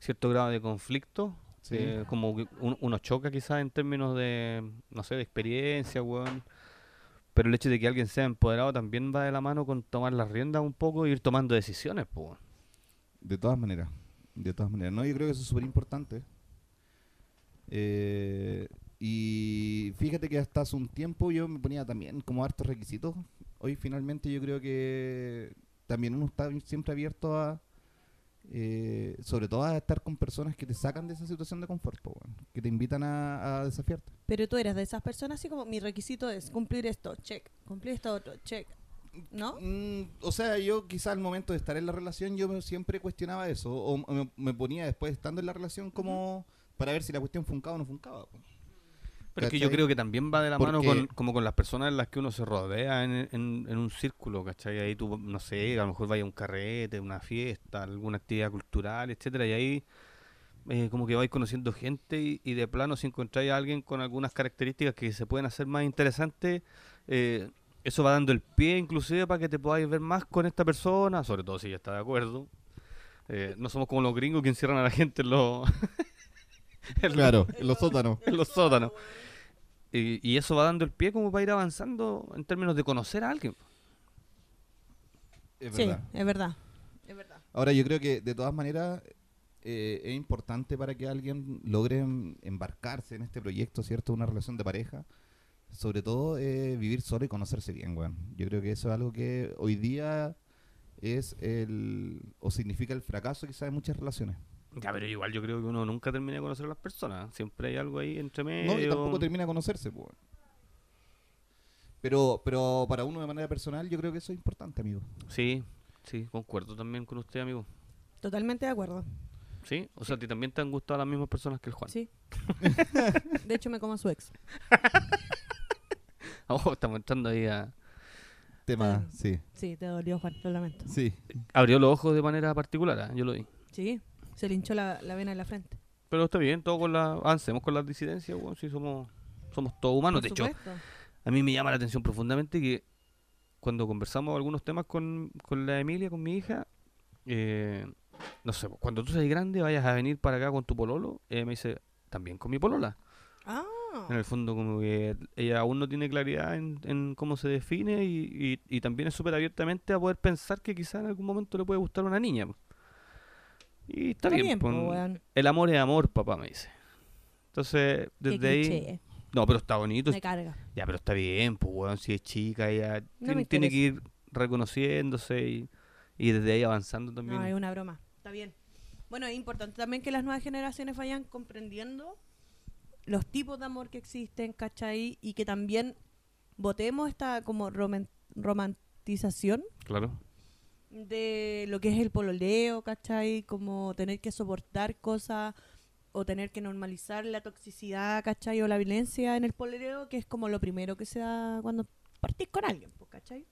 cierto grado de conflicto. Sí. eh, como que un- uno choca quizás en términos de, no sé, de experiencia, weón. Pero el hecho de que alguien sea empoderado también va de la mano con tomar las riendas un poco e ir tomando decisiones, po, weón. De todas maneras, de todas maneras. No, yo creo que eso es súper importante. Eh, y fíjate que hasta hace un tiempo yo me ponía también como hartos requisitos. Hoy finalmente yo creo que también uno está siempre abierto a, eh, sobre todo a estar con personas que te sacan de esa situación de confort, po, weón, que te invitan a, a desafiarte. Pero tú eres de esas personas así como mi requisito es cumplir esto, check. Cumplir esto otro, check. ¿No? Mm, o sea, yo quizás al momento de estar en la relación yo me- siempre cuestionaba eso. O m- me, me ponía después estando en la relación como para ver si la cuestión funcaba o no funcaba. po. Pero es que yo ¿Cachai? creo que también va de la mano Porque- con, como con las personas en las que uno se rodea en, en- en un círculo, ¿cachai? Ahí tú, no sé, a lo mejor vaya a un carrete, una fiesta, alguna actividad cultural, etcétera Y ahí eh, como que vais conociendo gente y, y de plano si encontráis a alguien con algunas características que se pueden hacer más interesantes, eh, eso va dando el pie inclusive para que te podáis ver más con esta persona, sobre todo si ya está de acuerdo. Eh, no somos como los gringos que encierran a la gente en los... en los- Claro, en los sótanos. en los sótanos. Y, y eso va dando el pie como para ir avanzando en términos de conocer a alguien. Es sí, verdad. es verdad. Es verdad. Ahora, yo creo que de todas maneras eh, es importante para que alguien logre em- embarcarse en este proyecto, ¿cierto? Una relación de pareja. Sobre todo eh, vivir solo y conocerse bien, weón. Yo creo que eso es algo que hoy día es el. o significa el fracaso quizás de muchas relaciones. Ya, pero igual yo creo que uno nunca termina de conocer a las personas. Siempre hay algo ahí entre medio. No, y tampoco termina de conocerse, pues. weón. Pero, pero para uno de manera personal, yo creo que eso es importante, amigo. Sí, sí, concuerdo también con usted, amigo. Totalmente de acuerdo. Sí, o sea, a ti también te han gustado las mismas personas que el Juan. Sí. De hecho, me como a su ex. Oh, estamos entrando ahí a... Tema, Ah. sí, Sí, te dolió, Juan, lo lamento. sí. Abrió los ojos de manera particular, ¿ah? yo lo vi. Sí, se le hinchó la, la vena de la frente. Pero está bien, todo con la... Avancemos con las disidencias, bueno, sí somos... Somos todos humanos, Por Ah, de hecho. supuesto. A mí me llama la atención profundamente que cuando conversamos algunos temas con, con la Emilia, con mi hija, eh, no sé, pues, cuando tú seas grande vayas a venir para acá con tu pololo, ella me dice, también con mi polola. Ah, En el fondo como que ella aún no tiene claridad en, en cómo se define y, y- y también es súper abiertamente a poder pensar que quizá en algún momento le puede gustar una niña. po. Y está, bien, po, pon- weón. el amor es amor, papá, me dice. Entonces, Qué desde ahí... cliché, No, pero está bonito, Me carga. ya, pero está bien, pues, weón, si es chica, ella tiene, me tiene que ir reconociéndose y, y desde ahí avanzando también. No, Ah, es una broma. Está bien. Bueno, es importante también que las nuevas generaciones vayan comprendiendo los tipos de amor que existen, ¿cachai? Y que también votemos esta como romen- romantización Claro. de lo que es el pololeo, ¿cachai? Como tener que soportar cosas o tener que normalizar la toxicidad, ¿cachai? O la violencia en el pololeo, que es como lo primero que se da cuando partís con alguien, pues, ¿cachai?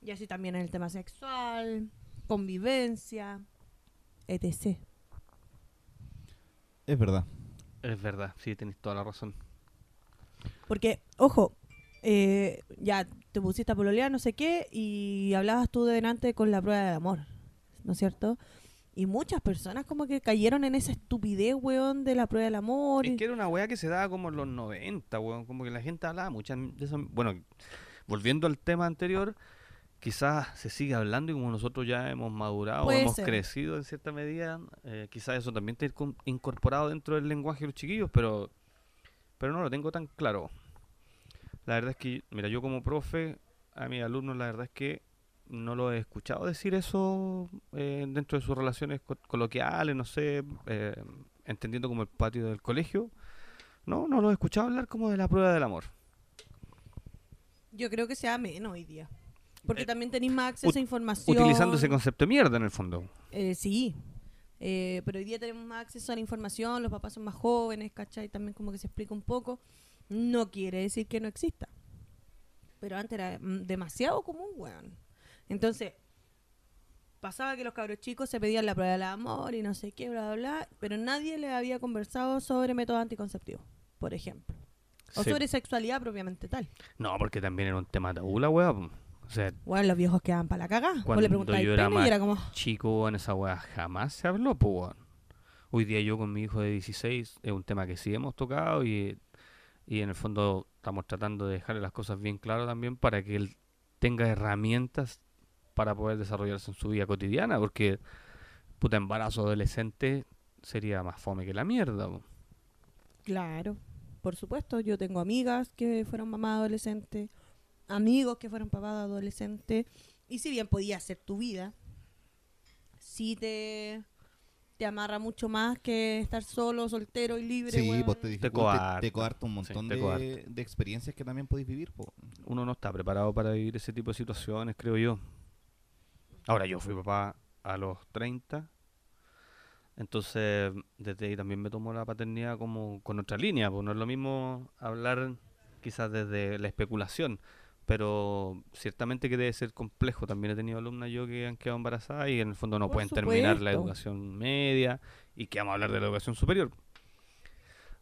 Y así también en el tema sexual, convivencia, etc. Es verdad. Es verdad, sí, tenéis toda la razón. Porque, ojo, eh, ya te pusiste a pololear, no sé qué, y hablabas tú de delante con la prueba del amor, ¿no es cierto? Y muchas personas como que cayeron en esa estupidez, weón, de la prueba del amor. Es que era una weá que se daba como en los 90, weón, como que la gente hablaba muchas de esas... Bueno, volviendo al tema anterior, quizás se sigue hablando y como nosotros ya hemos madurado, Puede hemos ser. crecido en cierta medida, eh, quizás eso también esté con- incorporado dentro del lenguaje de los chiquillos, pero, pero no lo tengo tan claro. La verdad es que, mira, yo como profe, a mis alumnos la verdad es que no lo he escuchado decir eso eh, dentro de sus relaciones co- coloquiales, no sé, eh, entendiendo como el patio del colegio. No, no lo he escuchado hablar como de la prueba del amor. Yo creo que sea menos hoy día. Porque Eh, también tenéis más acceso ut- a información. Utilizando ese concepto de mierda en el fondo. Eh, sí. Eh, pero hoy día tenemos más acceso a la información, los papás son más jóvenes, ¿cachai? También como que se explica un poco. No quiere decir que no exista. Pero antes era mm, demasiado común, weón. Entonces, pasaba que los cabros chicos se pedían la prueba del amor y no sé qué, bla, bla, bla. Pero nadie le había conversado sobre métodos anticonceptivos, por ejemplo. O Sí. sobre sexualidad propiamente tal. No, porque también era un tema tabú la weá. po. O sea, Bueno, los viejos quedaban para la cagá. Vos Cuando le preguntabas yo el era pene más y era como... chico, weón, esa weá jamás se habló, po, weón. Hoy día yo con mi hijo de 16 es un tema que sí hemos tocado y, y en el fondo estamos tratando de dejarle las cosas bien claras también para que él tenga herramientas para poder desarrollarse en su vida cotidiana, porque puta embarazo adolescente sería más fome que la mierda. po. Claro, por supuesto. Yo tengo amigas que fueron mamás adolescentes, amigos que fueron papás adolescentes. Y si bien podía hacer tu vida, sí te, te amarra mucho más que estar solo, soltero y libre. Sí, weón. vos te, Te dificulta, coarta. te coarta un montón te de, coarta. de experiencias que también podéis vivir. pues, po. Uno no está preparado para vivir ese tipo de situaciones, creo yo. Ahora, yo fui papá a los 30. Entonces, desde ahí también me tomó la paternidad como con otra línea, porque no es lo mismo hablar quizás desde la especulación, pero ciertamente que debe ser complejo. También he tenido alumnas yo que han quedado embarazadas y en el fondo no Por pueden terminar la supuesto. educación media y que vamos a hablar de la educación superior.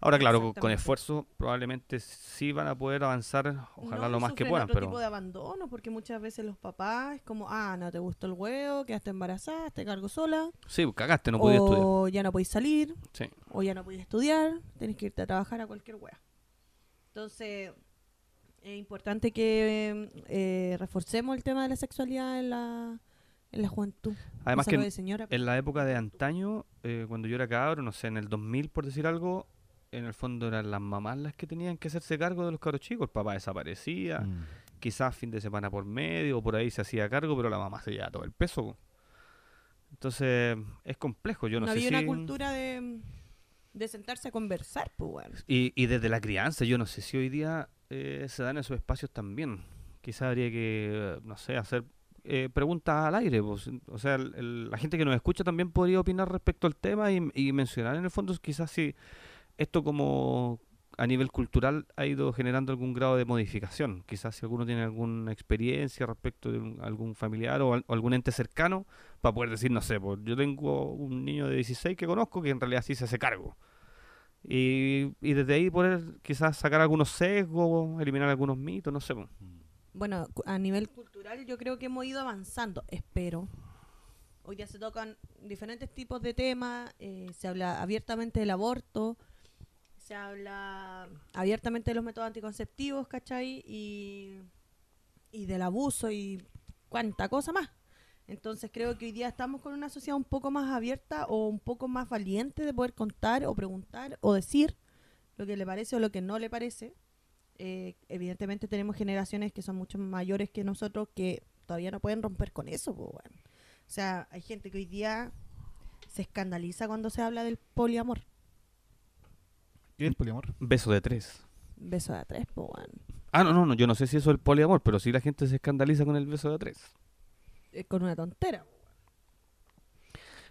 Ahora, claro, co- con Exactamente. esfuerzo probablemente sí van a poder avanzar, ojalá No, lo y más que sufren puedan, otro pero tipo de abandono, porque muchas veces los papás es como, ah, no te gustó el huevo, quedaste embarazada, te cargo sola, sí, pues, cagaste, no podía estudiar. o ya no podéis salir, Sí. o ya no podéis estudiar, tenés que irte a trabajar a cualquier wea. Entonces, es importante que eh, reforcemos el tema de la sexualidad en la, en la juventud. Además Esa que no es señora, En la época de antaño, eh, cuando yo era cabro, no sé, en el 2000, por decir algo, en el fondo eran las mamás las que tenían que hacerse cargo de los cabros chicos. El papá desaparecía, Mm. quizás fin de semana por medio, o por ahí se hacía cargo, pero la mamá se llevaba todo el peso. po. Entonces, es complejo, yo no, no, sé había si... una cultura de, de sentarse a conversar, pues bueno. Y, y desde la crianza, yo no sé si hoy día eh, se dan esos espacios también. Quizás habría que, eh, no sé, hacer eh, preguntas al aire. pues. O sea, el- el- la gente que nos escucha también podría opinar respecto al tema y, y mencionar en el fondo quizás si esto como a nivel cultural ha ido generando algún grado de modificación. Quizás si alguno tiene alguna experiencia respecto de un- algún familiar o, al- o algún ente cercano para poder decir, no sé, pues, yo tengo un niño de 16 que conozco que en realidad sí se hace cargo. Y, y desde ahí poder quizás sacar algunos sesgos, eliminar algunos mitos, no sé. po. Bueno, cu- a nivel cultural yo creo que hemos ido avanzando, espero. Hoy día se tocan diferentes tipos de temas, eh, se habla abiertamente del aborto, se habla abiertamente de los métodos anticonceptivos, ¿cachai? Y, y del abuso y cuánta cosa más. Entonces creo que hoy día estamos con una sociedad un poco más abierta o un poco más valiente de poder contar o preguntar o decir lo que le parece o lo que no le parece. Eh, evidentemente tenemos generaciones que son mucho mayores que nosotros que todavía no pueden romper con eso. po, weón. O sea, hay gente que hoy día se escandaliza cuando se habla del poliamor. ¿Qué es el poliamor? Beso de tres. Beso de a tres, po, weón. Ah, no, no, no, yo no sé si eso es el poliamor, pero sí la gente se escandaliza con el beso de tres. Eh, con una tontera.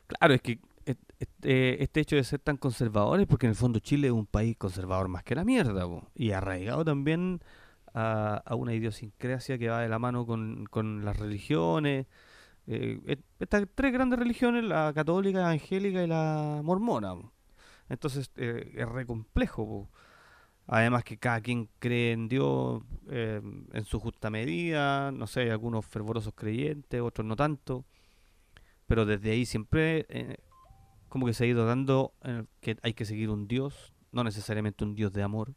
Claro, es que et- et- eh, este hecho de ser tan conservadores, porque en el fondo Chile es un país conservador más que la mierda, po, y arraigado también a, a una idiosincrasia que va de la mano con, con las religiones. eh, et- estas tres grandes religiones, la católica, la evangélica y la mormona. po. Entonces eh, es re complejo. po. Además que cada quien cree en Dios eh, en su justa medida, no sé, hay algunos fervorosos creyentes, otros no tanto pero desde ahí siempre eh, como que se ha ido dando eh, que hay que seguir un dios, no necesariamente un dios de amor.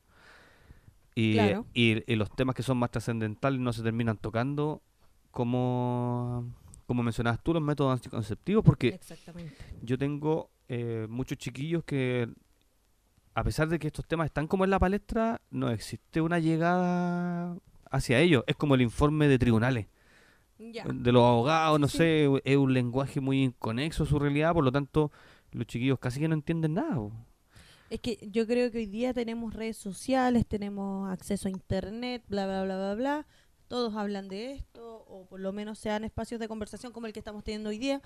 Y, Claro. y- y los temas que son más trascendentales no se terminan tocando como, como mencionabas tú, los métodos anticonceptivos, porque Exactamente. yo tengo eh, muchos chiquillos que, a pesar de que estos temas están como en la palestra, no existe una llegada hacia ellos. Es como el informe de tribunales Ya. de los abogados, no Sí. sé, u- es un lenguaje muy inconexo a su realidad, por lo tanto, los chiquillos casi que no entienden nada. po. Es que yo creo que hoy día tenemos redes sociales, tenemos acceso a internet, bla, bla, bla, bla, bla. Todos hablan de esto, o por lo menos se dan espacios de conversación como el que estamos teniendo hoy día.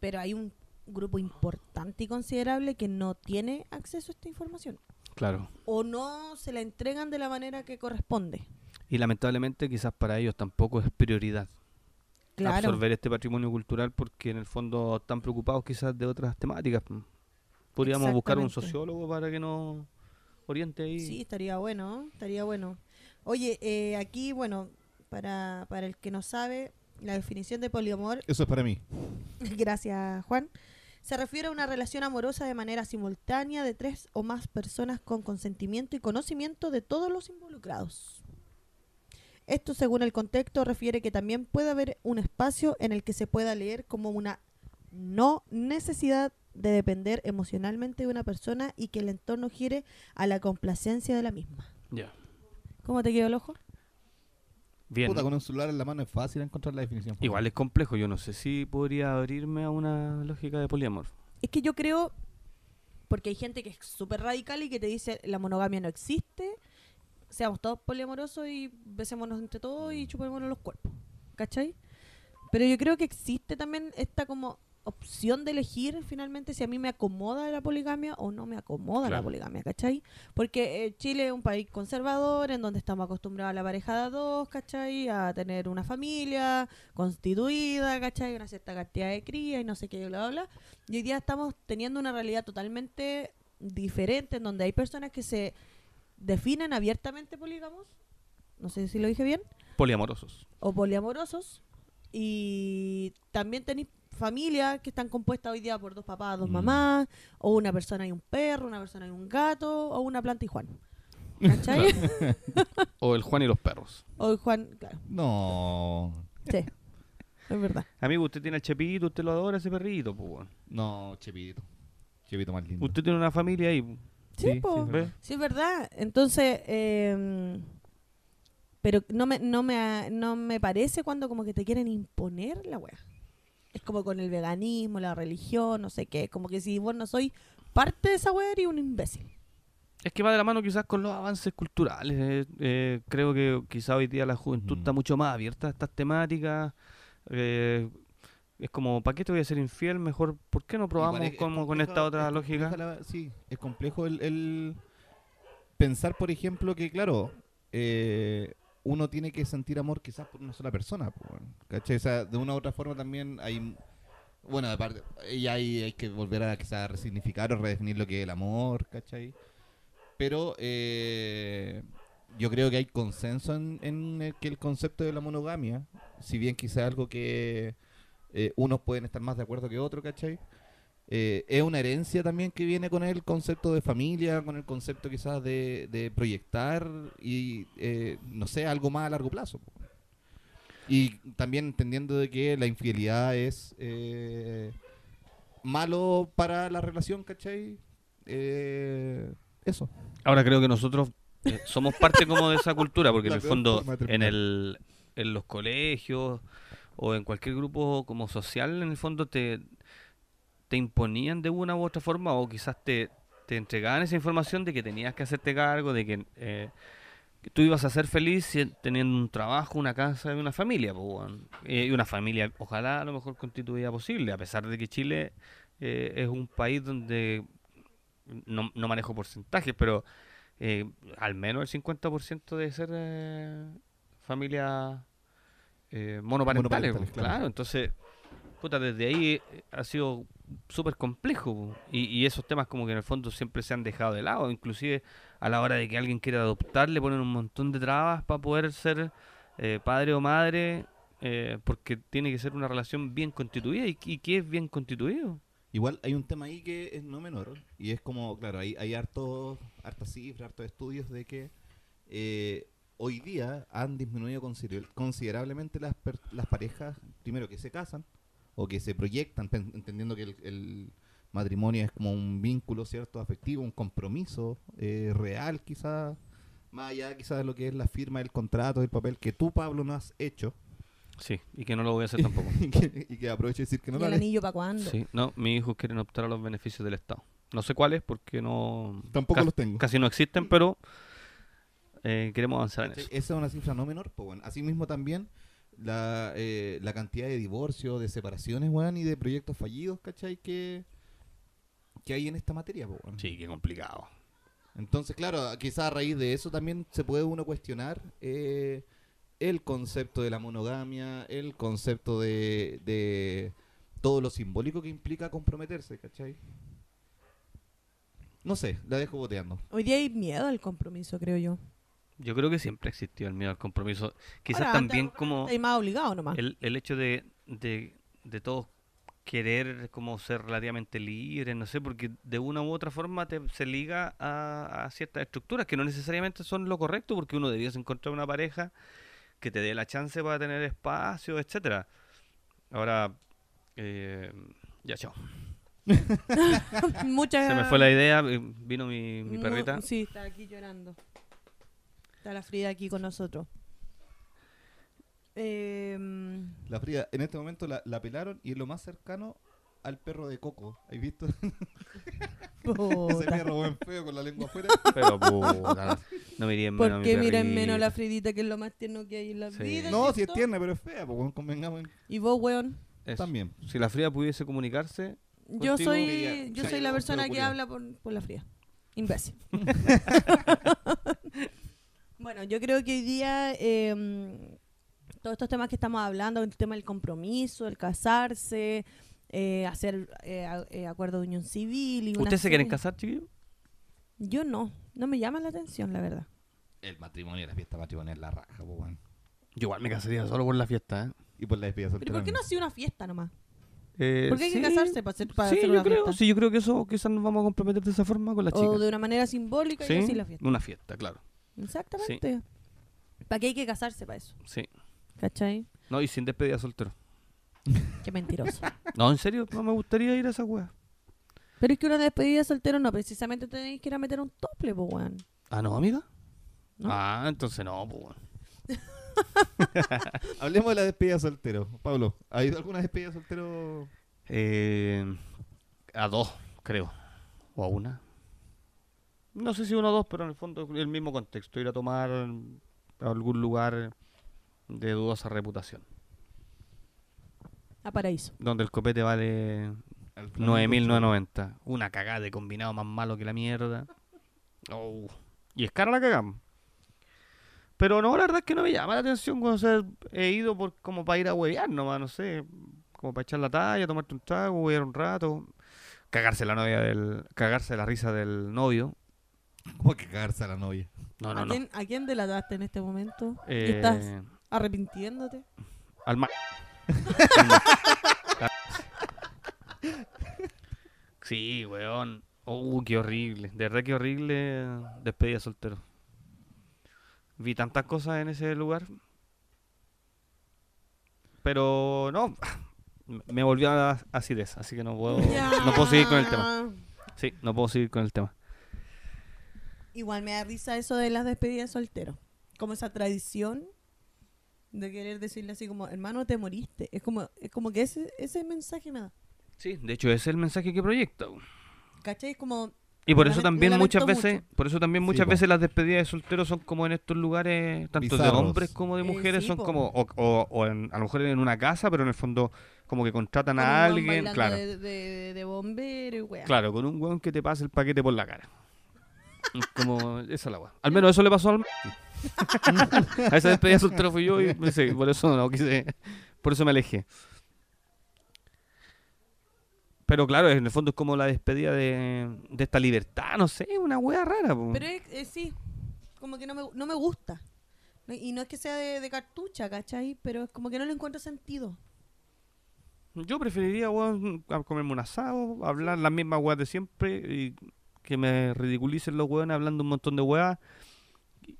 Pero hay un grupo importante y considerable que no tiene acceso a esta información. Claro. O no se la entregan de la manera que corresponde. Y lamentablemente quizás para ellos tampoco es prioridad Claro. absorber este patrimonio cultural porque en el fondo están preocupados quizás de otras temáticas. po. Podríamos buscar un Exactamente. sociólogo para que nos oriente ahí. Sí, estaría bueno, ¿eh? estaría bueno. Oye, eh, aquí, bueno, para, para el que no sabe, la definición de poliamor Eso es para mí. Gracias, Juan. Se refiere a una relación amorosa de manera simultánea de tres o más personas con consentimiento y conocimiento de todos los involucrados. Esto, según el contexto, refiere que también puede haber un espacio en el que se pueda leer como una no necesidad de depender emocionalmente de una persona y que el entorno gire a la complacencia de la misma. Ya. ¿Cómo te quedó el ojo? Bien. Puta, con un celular en la mano es fácil encontrar la definición. pues, po. Igual es complejo, yo no sé si podría abrirme a una lógica de poliamor. Es que yo creo, porque hay gente que es súper radical y que te dice la monogamia no existe, seamos todos poliamorosos y besémonos entre todos y chupémonos los cuerpos. ¿Cachai? Pero yo creo que existe también esta como opción de elegir finalmente si a mí me acomoda la poligamia o no me acomoda la Claro. poligamia, ¿cachai? Porque eh, Chile es un país conservador en donde estamos acostumbrados a la pareja de a dos, ¿cachai? A tener una familia constituida, ¿cachai? Una cierta cantidad de cría y no sé qué, bla, bla, bla. Y hoy día estamos teniendo una realidad totalmente diferente en donde hay personas que se definen abiertamente polígamos, no sé si lo dije bien, Poliamorosos. o poliamorosos. Y también tenéis familias que están compuestas hoy día por dos papás, dos Mm. mamás, o una persona y un perro, una persona y un gato, o una planta y Juan. ¿Cachai? O el Juan y los perros. O el Juan, claro, No. sí, es verdad. Amigo, usted tiene al Chepito, usted lo adora ese perrito, pues, weón. No, Chepito. Chepito más lindo. Usted tiene una familia ahí. po. Sí, Sí, po. sí, es ¿Ve? Sí, es verdad. Entonces, eh, pero no me, no, me, no me parece cuando como que te quieren imponer la wea. Es como con el veganismo, la religión, no sé qué. Como que si vos no soy parte de esa wea, eres un imbécil. Es que va de la mano quizás con los avances culturales. eh, eh, creo que quizás hoy día la juventud Mm. está mucho más abierta a estas temáticas. eh, es como, ¿para qué te voy a ser infiel? Mejor, ¿por qué no probamos Igual es- es como con esta complejo- otra es lógica? compleja la- sí, es complejo el, el pensar, por ejemplo, que, claro, eh, uno tiene que sentir amor quizás por una sola persona. po, weón. ¿Cachai? O sea, de una u otra forma también hay. Bueno, aparte, y ahí hay que volver a quizás a resignificar o redefinir lo que es el amor, ¿cachai? Pero eh, yo creo que hay consenso en, en el que el concepto de la monogamia, si bien quizás algo que eh, unos pueden estar más de acuerdo que otros, ¿cachai? Eh, es una herencia también que viene con el concepto de familia, con el concepto quizás de, de proyectar y, eh, no sé, algo más a largo plazo. po. Y también entendiendo de que la infidelidad es eh, malo para la relación, ¿cachai? Eh, eso. Ahora creo que nosotros eh, somos parte como de esa cultura, porque en La el peor fondo, forma de en, terminar. el, en los colegios o en cualquier grupo como social, en el fondo te, te imponían de una u otra forma o quizás te, te entregaban esa información de que tenías que hacerte cargo, de que, eh, que tú ibas a ser feliz si- teniendo un trabajo, una casa y una familia. po, weón. Eh, y una familia, ojalá a lo mejor constituida posible, a pesar de que Chile eh, es un país donde no, no manejo porcentajes, pero eh, al menos el 50% debe ser eh, familia eh, monoparentales. Monoparentales, pues, claro. claro. entonces, puta, desde ahí eh, ha sido súper complejo po. y, y esos temas como que en el fondo siempre se han dejado de lado, inclusive a la hora de que alguien quiera adoptar le ponen un montón de trabas para poder ser eh, padre o madre eh, porque tiene que ser una relación bien constituida y, y que es bien constituido. Igual hay un tema ahí que es no menor y es como, claro, hay, hay hartos, hartas cifras, hartos estudios de que eh, hoy día han disminuido consider- considerablemente las, per- las parejas, primero que se casan o que se proyectan, pen- entendiendo que el, el matrimonio es como un vínculo, ¿cierto?, afectivo, un compromiso eh, real quizás, más allá quizás de lo que es la firma del contrato, del papel que tú, Pablo, no has hecho Sí, y que no lo voy a hacer tampoco. y que, y que aprovecho de decir que no ¿Y lo el has hecho. anillo para cuándo? Sí, no, mis hijos quieren optar a los beneficios del Estado. No sé cuáles porque no... Tampoco ca- los tengo. Casi no existen, pero eh, queremos avanzar en ¿Cachai? eso. Esa es una cifra no menor, pues, weón. Asimismo también la, eh, la cantidad de divorcios, de separaciones, weón, y de proyectos fallidos, ¿cachai? Que, que hay en esta materia, pues, weón. Sí, qué complicado. Entonces, claro, quizás a raíz de eso también se puede uno cuestionar eh, el concepto de la monogamia, el concepto de, de todo lo simbólico que implica comprometerse, ¿cachai? No sé, la dejo boteando. Hoy día hay miedo al compromiso, creo yo. Yo creo que siempre existió el miedo al compromiso. Quizás Ahora, antes- también como... Hay más obligado nomás. el, el hecho de, de, de todos querer como ser relativamente libres, no sé, porque de una u otra forma te, se liga a, a ciertas estructuras que no necesariamente son lo correcto, porque uno debiese encontrar una pareja que te dé la chance para tener espacio, etcétera. Ahora, eh, ya chao. Muchas Se me fue la idea, eh, vino mi, mi Mu- perrita. sí, está aquí llorando. Está la Frida aquí con nosotros. Em, La Frida, en este momento la, la pelaron y es lo más cercano al perro de Coco. ¿Has visto? Ese Puta. perro buen feo con la lengua afuera. Pero puta, no miren menos a ¿Por mi qué miran perrito. menos a la Fridita que es lo más tierno que hay en la Sí. vida? No, si es ¿cierto? tierna, pero es fea, pues weón, convengamos en- Y vos, weón. Eso. también. Si la fría pudiese comunicarse, Yo Contigo, soy, Miriam. yo Sí, soy la yo persona creo, que Julia. habla por, por la fría. Imbécil. bueno, yo creo que hoy día eh, todos estos temas que estamos hablando, el tema del compromiso, el casarse, eh, hacer eh, a- eh, acuerdo de unión civil y una ¿ustedes se serie- quieren casar, chiquillos? Yo no, no me llama la atención, la verdad. El matrimonio, la fiesta matrimonial, la raja, pues weón. Yo igual me casaría solo por la fiesta, ¿eh? Y por la despedida Pero soltera. ¿por qué no también. ha sido una fiesta nomás? Eh, ¿Por qué hay que sí, casarse para hacer, para sí, hacer yo una creo, fiesta? sí, yo creo que eso quizás nos vamos a comprometer de esa forma con la chica. O de una manera simbólica y así la fiesta. Una fiesta, claro. Exactamente. ¿Para qué hay que casarse para eso? Sí. ¿Cachai? No, y sin despedida soltero. Qué mentiroso. No, en serio, no me gustaría ir a esa wea. Pero es que una despedida de soltero no, precisamente tenéis que ir a meter un tople, po, weón. Ah, no, amiga. No. Ah, entonces no, pues. bueno. Hablemos de la despedida soltero. Pablo, ¿ha habido alguna despedida soltero? Eh, a dos, creo. O a una. No sé si uno o dos, pero en el fondo el mismo contexto. Ir a tomar a algún lugar de dudosa reputación. A paraíso. Donde el copete vale Al Flamengo, 9.990. Una cagada de combinado más malo que la mierda. Oh. Y es cara la cagamos. Pero no, la verdad es que no me llama la atención cuando he ido por, como para ir a huevear nomás, no sé. Como para echar la talla, tomarte un trago, huevear un rato. Cagarse la novia del... Cagarse la risa del novio. ¿Cómo que cagarse a la novia? No, ¿A, no, no. quién, ¿A quién delataste en este momento? ¿Y Eh, estás arrepintiéndote? Al ma- Sí, weón. Uh, qué horrible. De verdad que horrible despedida soltero. Vi tantas cosas en ese lugar. Pero no. Me volví a la acidez, así que no puedo, no puedo seguir con el tema. Sí, no puedo seguir con el tema. Igual me da risa eso de las despedidas de soltero. Como esa tradición de querer decirle así como, hermano, te moriste. Es como, es como que ese, ese mensaje me da. Sí, de hecho ese es el mensaje que proyecta. weón. ¿Cachai? Es como, Y por Lo eso lamen- lo también muchas lamento veces, por eso también Sí, muchas po. veces las despedidas de solteros son como en estos lugares, tanto de Bizarros. hombres como de Eh, mujeres, sí, son po. como, o, o- o en- a lo mejor en una casa, pero en el fondo como que contratan con un a weón alguien, bailando claro, De, de- de bombero y weá. claro, con un weón que te pase el paquete por la cara. Es como esa la weá. Al menos eso le pasó al A esa despedida de soltero fui yo y sí, por eso no quise, por eso me alejé. Pero claro, en el fondo es como la despedida de, de esta libertad, no sé, una wea rara. po. Pero es, es- sí, como que no me, no me gusta. No- Y no es que sea de, de cartucha, ¿cachai? Pero es como que no le encuentro sentido. Yo preferiría, weón, a comerme un asado, hablar las mismas weas de siempre y que me ridiculicen los weones hablando un montón de weas.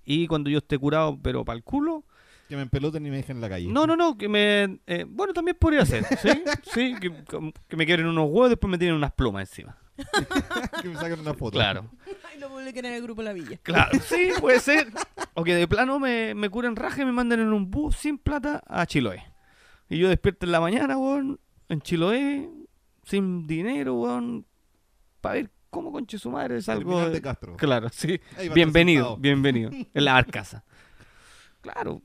Y cuando yo esté curado, pero para el culo. Que me empeloten y me dejen en la calle. No, no, no, que me. eh, bueno, también podría ser, ¿sí? Sí, que, que me quiebren unos huevos y después me tienen unas plumas encima. que me saquen una foto. Claro, Y lo publiquen en el grupo La Villa. claro, sí, puede ser. O que de plano me, me curen raja y me manden en un bus sin plata a Chiloé. Y yo despierto en la mañana, weón, en Chiloé, sin dinero, weón, para ver cómo conche su madre salgo. Terminal de- de Castro. Claro, sí. Ahí va a estar Bienvenido, sentado. bienvenido. En la barcaza. Claro,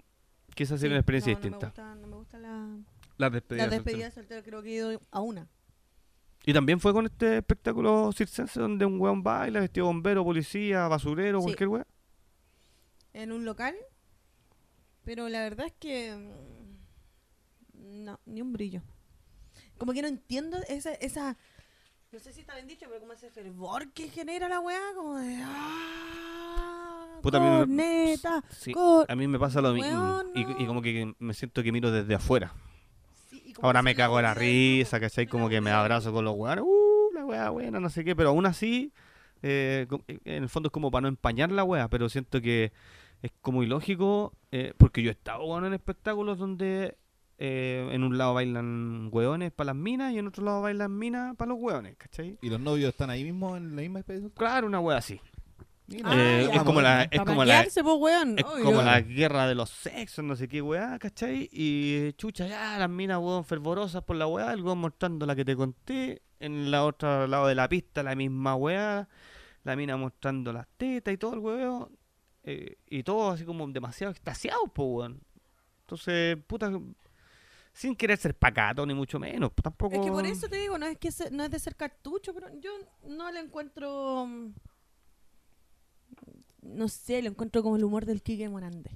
quizás Sí, sería una experiencia no, no me distinta. gusta- No me gusta, la, Las despedidas. la despedida de soltero, creo que he ido a una. Y también fue con este espectáculo circense donde un weón baila, vestido de bombero, policía, basurero, Sí. cualquier weón. En un local. Pero la verdad es que. mm, No, ni un brillo. Como que no entiendo esa. esa no sé si está bien dicho, pero como ese fervor que genera la weá, como de. ¡Ah! Puta, a mí me- corneta, Sí, cor- a mí me pasa lo mismo. Weón, Y, no. y como que me siento que miro desde afuera. Sí, y como Ahora que me soy la cago en la aburrida del grupo, risa, ¿cachai? soy la Como que me aburrida. abrazo con los weones. Uh, la wea buena, no sé qué. Pero aún así, eh, co- en el fondo es como para no empañar la wea. Pero siento que es como ilógico. eh, porque yo he estado weón, en espectáculos donde eh, en un lado bailan weones para las minas y en otro lado bailan minas para los weones, ¿cachai? ¿Y los novios están ahí mismo en la misma despedida soltero? Claro, una wea así. Mira, Ah, Eh, ya, es como bueno. la, es Pa' como la, maquillarse, po, weón. Es Obvio. como la guerra de los sexos, no sé qué weá, ¿cachai? Y chucha, ya, las minas, weón, fervorosas por la weá, el weón mostrando la que te conté, en la otra lado de la pista, la misma weá, la mina mostrando las tetas y todo el weón, y todo así como demasiado extasiado, po, weón. Entonces, puta, sin querer ser pacato, ni mucho menos, pues, tampoco... Es que por eso te digo, no es que se- no es de ser cartucho, pero yo no le encuentro. mm, No sé, lo encuentro como el humor del Quique Morande.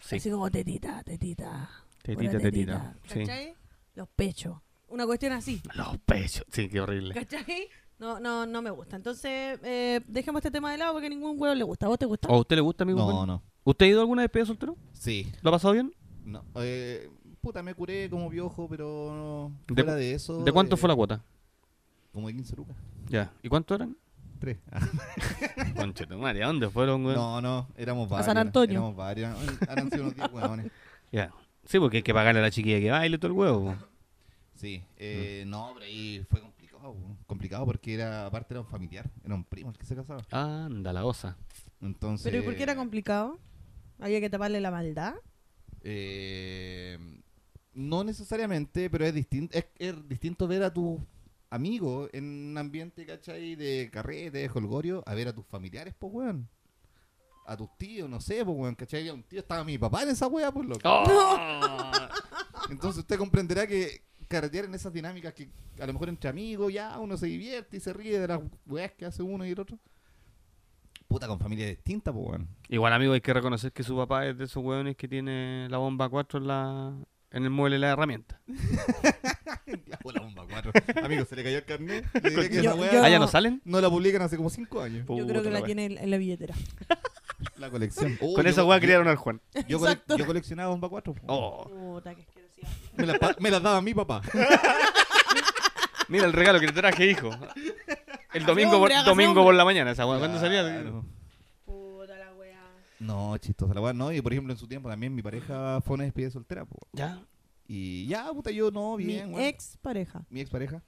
Sí, Así como tetita, tetita. Tetita, pura tetita, sí. ¿Cachai? Los pechos. Una cuestión así. los pechos, sí, qué horrible. ¿Cachai? No, no, no me gusta. Entonces, eh, dejemos este tema de lado porque a ningún huevo le gusta. ¿A vos te gusta? ¿O a usted le gusta, amigo? No, Juan? no. ¿Usted ha ido a alguna despedida de soltero? Sí, ¿Lo ha pasado bien? no. Eh, puta, me curé como piojo, pero ¿De fuera cu- de eso. ¿De cuánto eh, fue la cuota? Como de 15 lucas. Ya. ¿Y cuánto eran? Tres. Conchetumare, ¿a dónde fueron, weón? No, no, éramos A varios. San Antonio. Éramos varios. Han sido unos 10 huevones. Ya. Sí, porque hay que pagarle a la chiquilla que baile todo el huevo. po. Sí, Mm. eh, no, pero ahí fue complicado. po. Complicado porque era, aparte era un familiar, era un primo el que se casaba. Anda, la osa. Entonces. Pero ¿y por qué era complicado? Había que taparle la maldad. Eh, no necesariamente, pero es distinto, es, es distinto ver a tus amigos en un ambiente, ¿cachai? De carrete, de jolgorio, a ver a tus familiares, pues, weón. A tus tíos, no sé, pues, weón, ¿cachai? Un tío estaba mi papá en esa wea, pues, loco. ¡Oh! Entonces usted comprenderá que carretear en esas dinámicas que a lo mejor entre amigos ya uno se divierte y se ríe de las weas que hace uno y el otro. Puta, con familia distinta, pues, weón. Igual, amigo, hay que reconocer que su papá es de esos hueones que tiene la bomba 4 en, la... en el mueble de la herramienta. Ya, pues, la bomba cuatro. Amigo, se le cayó el carnet. Le diré que Yo- esa wea- yo- ¿Ah, ya no salen? No la publican hace como 5 años. Yo Puta creo que la wea. tiene en en la billetera. La colección. Oh, Con yo- esa hueá criaron al Juan. Yo, yo cole- Exacto. yo coleccionaba Bomba 4. Oh, Puta, qué asquerosidad. Me, las pa- me las daba mi papá. mira el regalo que te traje, hijo. El domingo, hombre, por, hágase domingo hombre. por la mañana, esa hueá. Oh, ¿Cuándo salía? Claro. Puta la weá. No, chistosa la weá. No, y por ejemplo, en su tiempo también mi pareja fue una despedida soltera. po. Ya. Y ya, puta, yo no, bien. Mi weón. ex pareja. Mi ex pareja.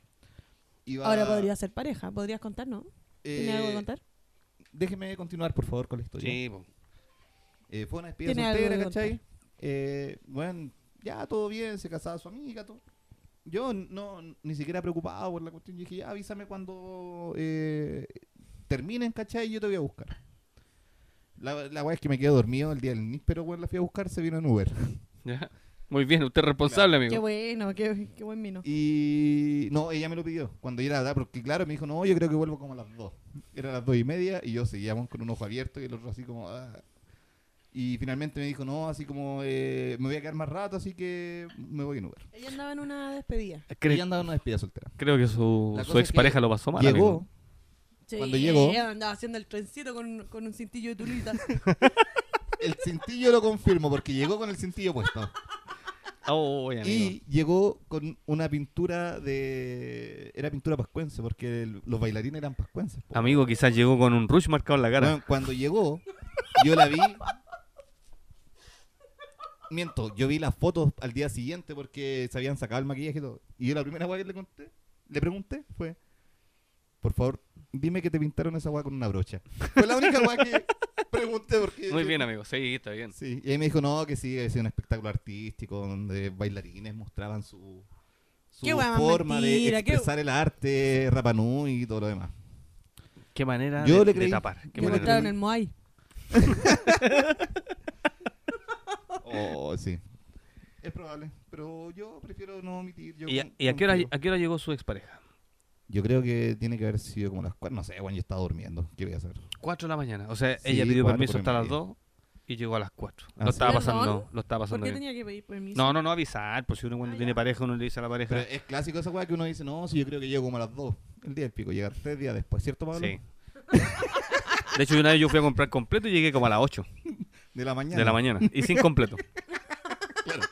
Ahora podría ser pareja. ¿Podrías contar, no? ¿Tienes Eh, algo que contar? eh, Déjeme continuar, por favor, con la historia. Sí, po. Eh, fue una despedida Tiene algo soltera, que ¿cachai? Eh, bueno, ya todo bien, se casaba su amiga, todo. Yo no, ni siquiera preocupado por la cuestión. Yo dije, ya avísame cuando eh, terminen, ¿cachai? Yo te voy a buscar. La, la weá es que me quedé dormido el día del NIS, pero bueno, la fui a buscar, se vino en Uber. Ya. Muy bien, usted es responsable, Qué amigo. bueno, qué, qué buen vino. Y no, ella me lo pidió cuando yo era edad, porque claro, me dijo, no, yo creo que vuelvo como a las dos. Era las dos y media y yo seguíamos con un ojo abierto y el otro así como... "Ah". Y finalmente me dijo, no, así como eh, me voy a quedar más rato, así que me voy en Uber. Ella andaba en una despedida. Cre- Ella andaba en una despedida soltera. Creo que su, La su cosa es que expareja lo pasó mal. Llegó, amigo. Cuando llegó- ella andaba haciendo el trencito con, con un cintillo de tulita. el cintillo lo confirmo, porque llegó con el cintillo puesto. Oh, oye, amigo. Y llegó con una pintura de... Era pintura pascuense, porque el- los bailarines eran pascuenses. po. Amigo, quizás llegó con un rush marcado en la cara. Bueno, cuando llegó, yo la vi. Miento, yo vi las fotos al día siguiente porque se habían sacado el maquillaje y todo. Y yo la primera weá que le conté, le pregunté fue, por favor, dime que te pintaron esa weá con una brocha. Fue la única weá que pregunté porque... Muy bien, amigo. Sí, está bien. Sí, y ahí me dijo, no, que sí, es un espectáculo artístico donde bailarines mostraban su, su Qué weá más forma mentira, de qué- expresar el arte, Rapanú y todo lo demás. Qué manera Yo de, le de creí- tapar. Qué yo Le bueno. manera de- encontraron el Moai. Oh, sí. Es probable, pero yo prefiero no omitir. Yo ¿Y, a, con- y a qué hora, confío. a qué hora llegó su expareja? Yo creo que tiene que haber sido como las cuatro. No sé, bueno, yo estaba durmiendo. ¿Qué voy a hacer? Cuatro de la mañana. O sea, Sí, ella pidió cuatro, permiso hasta cuatro y las dos y llegó a las cuatro. Ah, lo sí. estaba ¿Perdón? pasando, lo estaba ¿Por pasando qué bien. tenía que pedir permiso? No, no, no avisar. Pues si uno cuando Ah, tiene ya. pareja, uno le dice a la pareja. Pero es clásico esa weá que uno dice, no, si yo creo que llego como a las dos. El día del pico, llegar tres días después, ¿cierto, Pablo? sí. De hecho, una vez yo fui a comprar completo y llegué como a las ocho De la mañana. de la mañana. Y sin completo. Claro.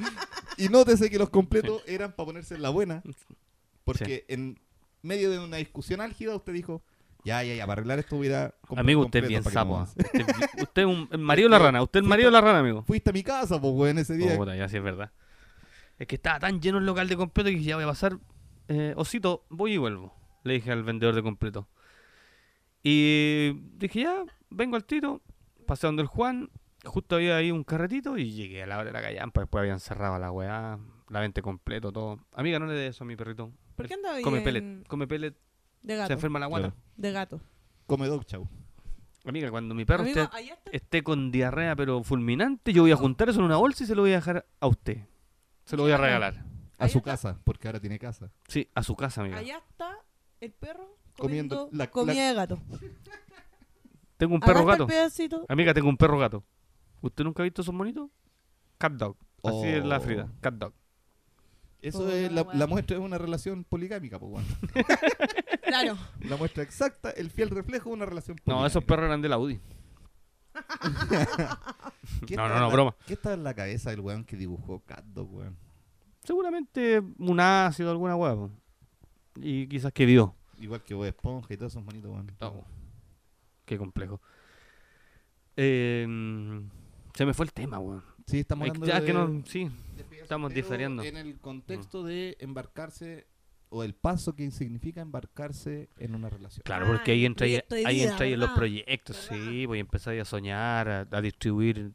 Y nótese que los completos eran para ponerse en la buena. Porque en medio de una discusión álgida, usted dijo, ya, ya, ya, para arreglar esto hubiera. Amigo, usted es bien sapo. ¿ah? sapos Usted, es bien- usted es un el marido de la rana. Usted es el marido de la rana, amigo. Fuiste a mi casa, pues, weón, ese día. Puta, ya sí es verdad. Es que estaba tan lleno el local de completo que dije, ya voy a pasar. eh, Osito, voy y vuelvo. Le dije al vendedor de completo. Y dije, ya, vengo al tiro, pasé donde el Juan, justo había ahí un carretito y llegué a la hora de la callampa, después habían cerrado la weá, la vente completo, todo. Amiga, no le des eso a mi perrito. ¿Por qué andaba ahí Come en- pellet, come pellet, De se gato. enferma la guana. Claro. De gato. Come dog, chau. Amiga, cuando mi perro Amigo, esté, ayer te- esté con diarrea pero fulminante, yo voy a juntar eso en una bolsa y se lo voy a dejar a usted. Se lo voy a Mira. regalar. A Ahí su está. casa, porque ahora tiene casa. Sí, a su casa, amiga. Allá está el perro Comiendo comiendo la- comida la- de gato. Tengo un Agarra perro gato. el pedacito. Amiga, tengo un perro gato. ¿Usted nunca ha visto esos monitos? Cat dog. Así es la Oh. Frida. Cat dog. Eso Puta es la, la la wea. muestra de una relación poligámica, pues, weón. Claro. La muestra exacta, el fiel reflejo de una relación poligámica. No, esos perros eran de la UDI. ¿Qué No, está no, en no, la- broma. ¿Qué está en la cabeza del weón que dibujó Cat Dog, weón? Seguramente un ácido, alguna hueá. Y quizás que vio. Igual que Bob Esponja y todos esos bonitos, weón. Qué complejo. Eh, se me fue el tema, weón. Sí, estamos Es hablando que ya de, que no, sí, de pegar estamos soltero diferiendo. Mm. En el contexto de embarcarse o el paso que significa embarcarse en una relación. claro, Ah, porque ahí entra ahí, proyecto de ahí vida, entra ahí en los ¿verdad? proyectos, sí, voy a empezar a soñar, a, a distribuir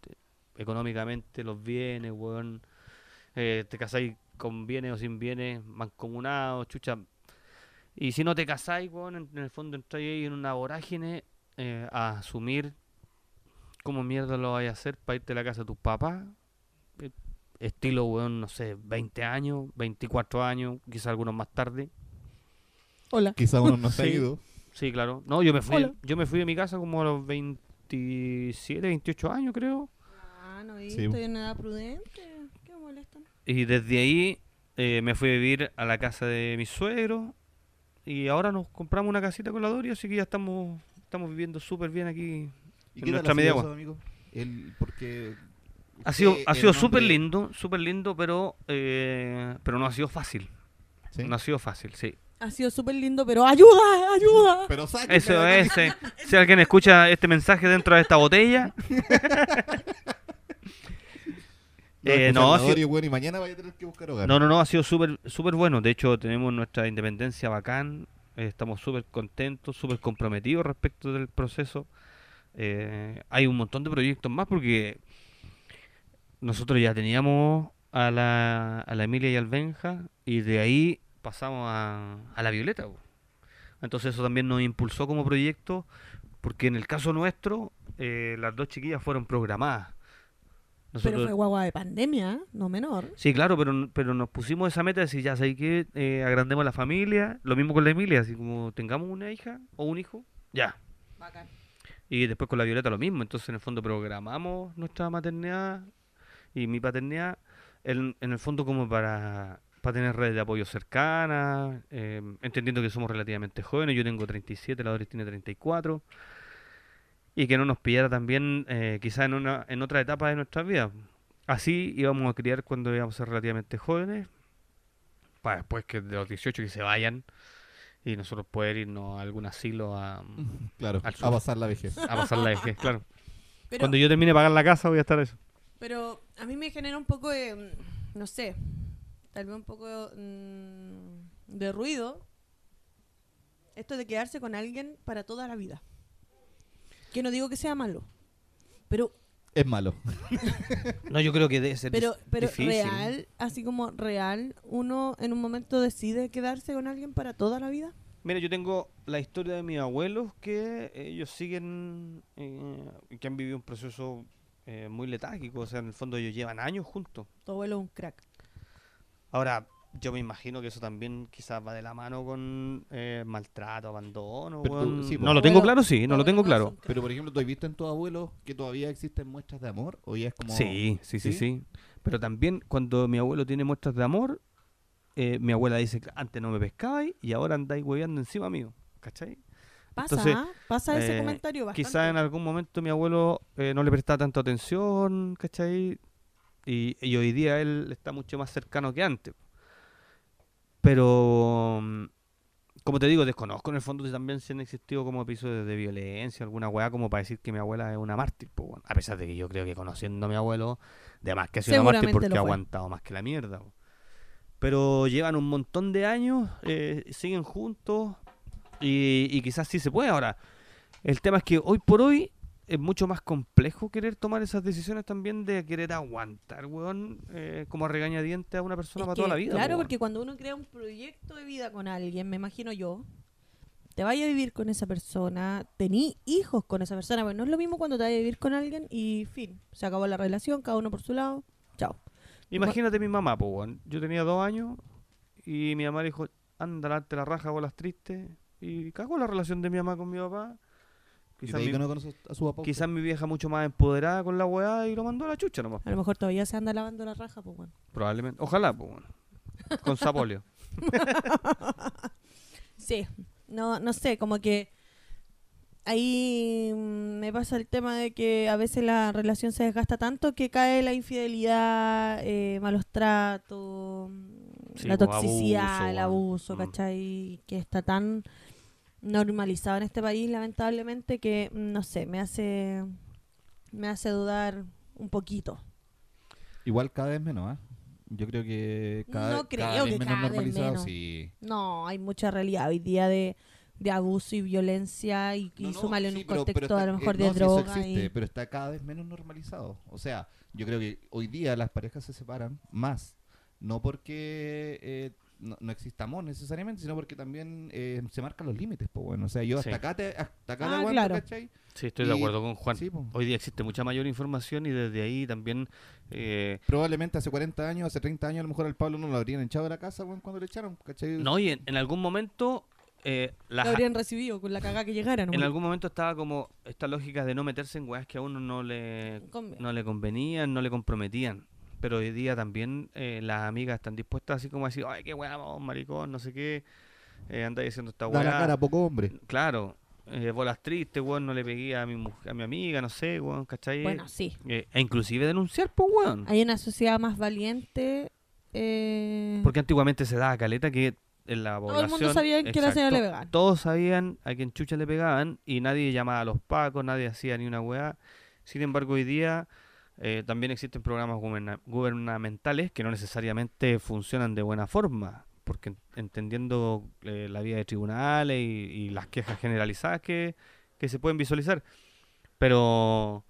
económicamente los bienes, weón. Eh, te casáis con bienes o sin bienes, mancomunados, chucha. Y si no te casáis, weón, en, en el fondo entráis ahí en una vorágine eh, a asumir cómo mierda lo vais a hacer para irte a la casa de tus papás. Eh, Estilo, weón, no sé, 20 años, 24 años, quizás algunos más tarde. Hola. Quizá uno no se ha Sí. ido. Sí, claro. No, yo me fui, Hola. yo me fui de mi casa como a los 27, 28 años, creo. Ah, no Sí. estoy en nada prudente. Qué molestan. Y desde ahí eh, me fui a vivir a la casa de mi suegro. Y ahora nos compramos una casita con la Doria, así que ya estamos, estamos viviendo súper bien aquí. ¿Y En qué tal nuestra ha sido media eso, agua. amigo? El, porque Ha sido, usted ha era sido un súper hombre- lindo, súper lindo, pero, eh, pero no ha sido fácil. ¿Sí? No ha sido fácil, sí. Ha sido súper lindo, pero ¡ayuda! ¡Ayuda! Pero sáquenla Eso de acá. es. eh, si alguien escucha este mensaje dentro de esta botella, Eh, no, no, ha sido- y, bueno, y mañana vaya a tener que buscar hogar. No, no, no, ha sido súper súper bueno. De hecho, tenemos nuestra independencia bacán. eh, estamos súper contentos, súper comprometidos respecto del proceso. Eh, hay un montón de proyectos más porque nosotros ya teníamos a la, a la Emilia y al Benja y de ahí pasamos a, a la Violeta. po. Entonces eso también nos impulsó como proyecto porque en el caso nuestro eh, las dos chiquillas fueron programadas. Pero Nosotros- fue guagua de pandemia, ¿eh? no menor. Sí, claro, pero, n- pero nos pusimos esa meta de decir, ya sabéis que agrandemos la familia, lo mismo con la Emilia, así como tengamos una hija o un hijo, ya. Y después con la Violeta lo mismo, entonces en el fondo programamos nuestra maternidad y mi paternidad, en, en el fondo como para, para tener redes de apoyo cercanas, eh, entendiendo que somos relativamente jóvenes, yo tengo 37, la Doris tiene 34, y que no nos pillara también eh, quizás en, una, en otra etapa de nuestras vidas. Así íbamos a criar cuando íbamos a ser relativamente jóvenes, para después que de los 18 que se vayan y nosotros poder irnos a algún asilo a, Claro, Al a sur. pasar la vejez. a pasar la vejez, claro. Pero, Cuando yo termine de pagar la casa voy a estar eso. pero a mí me genera un poco de, mm, no sé, tal vez un poco mm, de ruido esto de quedarse con alguien para toda la vida. Que no digo que sea malo, pero Es malo. No, yo creo que debe ser pero dis- pero difícil. real, así como real, uno en un momento decide quedarse con alguien para toda la vida. Mira, yo tengo la historia de mis abuelos que ellos siguen, eh, que han vivido un proceso eh, muy letárgico, o sea, en el fondo ellos llevan años juntos. Tu abuelo es un crack. Ahora, yo me imagino que eso también quizás va de la mano con eh, maltrato, abandono. Pero tú- weón. sí, no pues. lo tengo Abuelo- claro, sí, tu no lo abuelo tengo es claro. un crack. Pero, por ejemplo, ¿tú has visto en tus abuelos que todavía existen muestras de amor? ¿O ya es como...? Sí, sí, sí, ¿Sí? sí, Pero también cuando mi abuelo tiene muestras de amor, eh, mi abuela dice, antes no me pescabais y ahora andáis hueveando encima mío. ¿Cachai? Pasa, Entonces, ¿ah? pasa ese eh, comentario bastante. Quizás en algún momento mi abuelo eh, no le prestaba tanto atención, ¿cachai? Y, y hoy día él está mucho más cercano que antes. Pero, mm, como te digo, desconozco en el fondo si también se han existido como episodios de violencia, alguna weá, como para decir que mi abuela es una mártir. po, weón. a pesar de que yo creo que conociendo a mi abuelo, de más que ha sido una mártir Seguramente porque lo ha fue. aguantado más que la mierda. po. Pero llevan un montón de años, eh, siguen juntos y, y quizás sí se puede ahora. El tema es que hoy por hoy es mucho más complejo querer tomar esas decisiones también de querer aguantar, weón, eh, como a regañadiente a una persona Es para toda que, la vida. Claro, po, porque cuando uno crea un proyecto de vida con alguien, me imagino yo, te vaya a vivir con esa persona, tení hijos con esa persona, pero no es lo mismo cuando te vaya a vivir con alguien y fin, se acabó la relación, cada uno por su lado, chao. weón. Imagínate mi mamá, po, weón. Yo tenía dos años y mi mamá dijo, anda, darte la raja, bolas tristes. Y cagó la relación de mi mamá con mi papá. Y Quizás de ahí mi- que no conoce a su papá. Quizás mi vieja mucho más empoderada con la weá y lo mandó a la chucha nomás. A lo mejor todavía se anda lavando la raja, pues bueno. Probablemente. Ojalá, pues bueno. Con Sapolio. Sí, no, no sé, como que ahí mm, me pasa el tema de que a veces la relación se desgasta tanto que cae la infidelidad, eh, malos tratos, mm, Sí, la pues, toxicidad, abuso, el weón. abuso, Mm. ¿cachai? Que está tan normalizado en este país, lamentablemente, que mm, no sé, me hace, me hace dudar un poquito. Igual cada vez menos, ¿ah? Yo creo que cada, No cada creo vez que menos cada vez normalizado, menos. sí. No, hay mucha realidad hoy día de, de abuso y violencia y, y No, no, súmale en sí, un pero- contexto pero está- a lo mejor eh, de no, sí, eso droga. existe, y- pero está cada vez menos normalizado. O sea, yo creo que hoy día las parejas se separan más, no porque eh, no, no existamos necesariamente, sino porque también eh, se marcan los límites, pues bueno. O sea, yo hasta Sí. acá te, hasta acá te Ah, aguanto, claro. ¿cachai? Sí, estoy de Y- acuerdo con Juan. Sí, po. Hoy día existe mucha mayor información y desde ahí también eh, Probablemente hace 40 años, hace 30 años, a lo mejor al Pablo no lo habrían echado de la casa, weón, cuando le echaron, ¿cachai? No, y en, en algún momento eh, la Lo ja- habrían recibido con la cagada que llegaran. en güey. algún momento estaba como esta lógica de no meterse en weas que a uno no le Con- no le convenían, no le comprometían. Pero hoy día también eh, las amigas están dispuestas así como a decir, ay, qué wea, vamos, maricón, no sé qué, eh, anda diciendo esta Da wea. la cara, poco hombre. Claro, eh, bolas tristes, weón, no le pegué a mi, muj- a mi amiga, no sé, weón, ¿cachai? Bueno, sí. Eh, e inclusive denunciar, pues, weón. Hay una sociedad más valiente. eh, Porque antiguamente se daba caleta que en la Todo el población... mundo sabía que la señora le exacto, pegaba. Todos sabían a quién chucha le pegaban y nadie llamaba a los pacos, nadie hacía ni una weá. Sin embargo, hoy día eh, también existen programas guberna- gubernamentales que no necesariamente funcionan de buena forma. Porque en- entendiendo eh, la vía de tribunales y, y las quejas generalizadas que, que se pueden visualizar. Pero...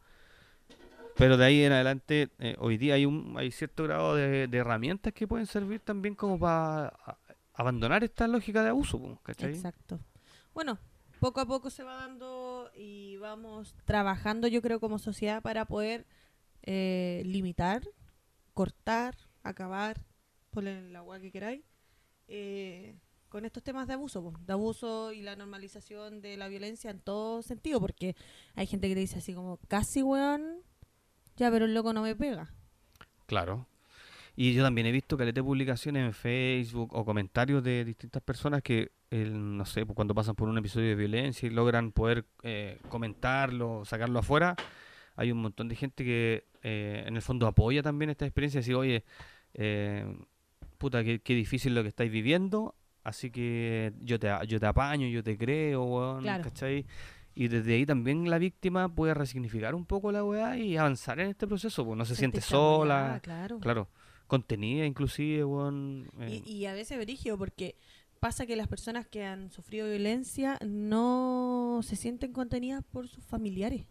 Pero de ahí en adelante, eh, hoy día hay un hay cierto grado de, de herramientas que pueden servir también como para abandonar esta lógica de abuso, po, ¿cachai? Exacto. Bueno, poco a poco se va dando y vamos trabajando, yo creo, como sociedad para poder eh, limitar, cortar, acabar, poner la agua que queráis, eh, con estos temas de abuso, po, de abuso y la normalización de la violencia en todo sentido, porque hay gente que te dice así como, casi weón, ya, pero el loco no me pega. Claro. Y yo también he visto caleta de publicaciones en Facebook o comentarios de distintas personas que, el- no sé, pues, cuando pasan por un episodio de violencia y logran poder eh, comentarlo, sacarlo afuera, hay un montón de gente que eh, en el fondo apoya también esta experiencia y decir, oye, eh, puta, qué, qué difícil lo que estáis viviendo, así que yo te, a- yo te apaño, yo te creo, weón", Claro. ¿cachai? Y desde ahí también la víctima puede resignificar un poco la weá y avanzar en este proceso, pues no se siente Sentirse apoyada, sola, Claro. Claro, contenida inclusive, weón. eh, Y, y a veces brígido porque pasa que las personas que han sufrido violencia no se sienten contenidas por sus familiares.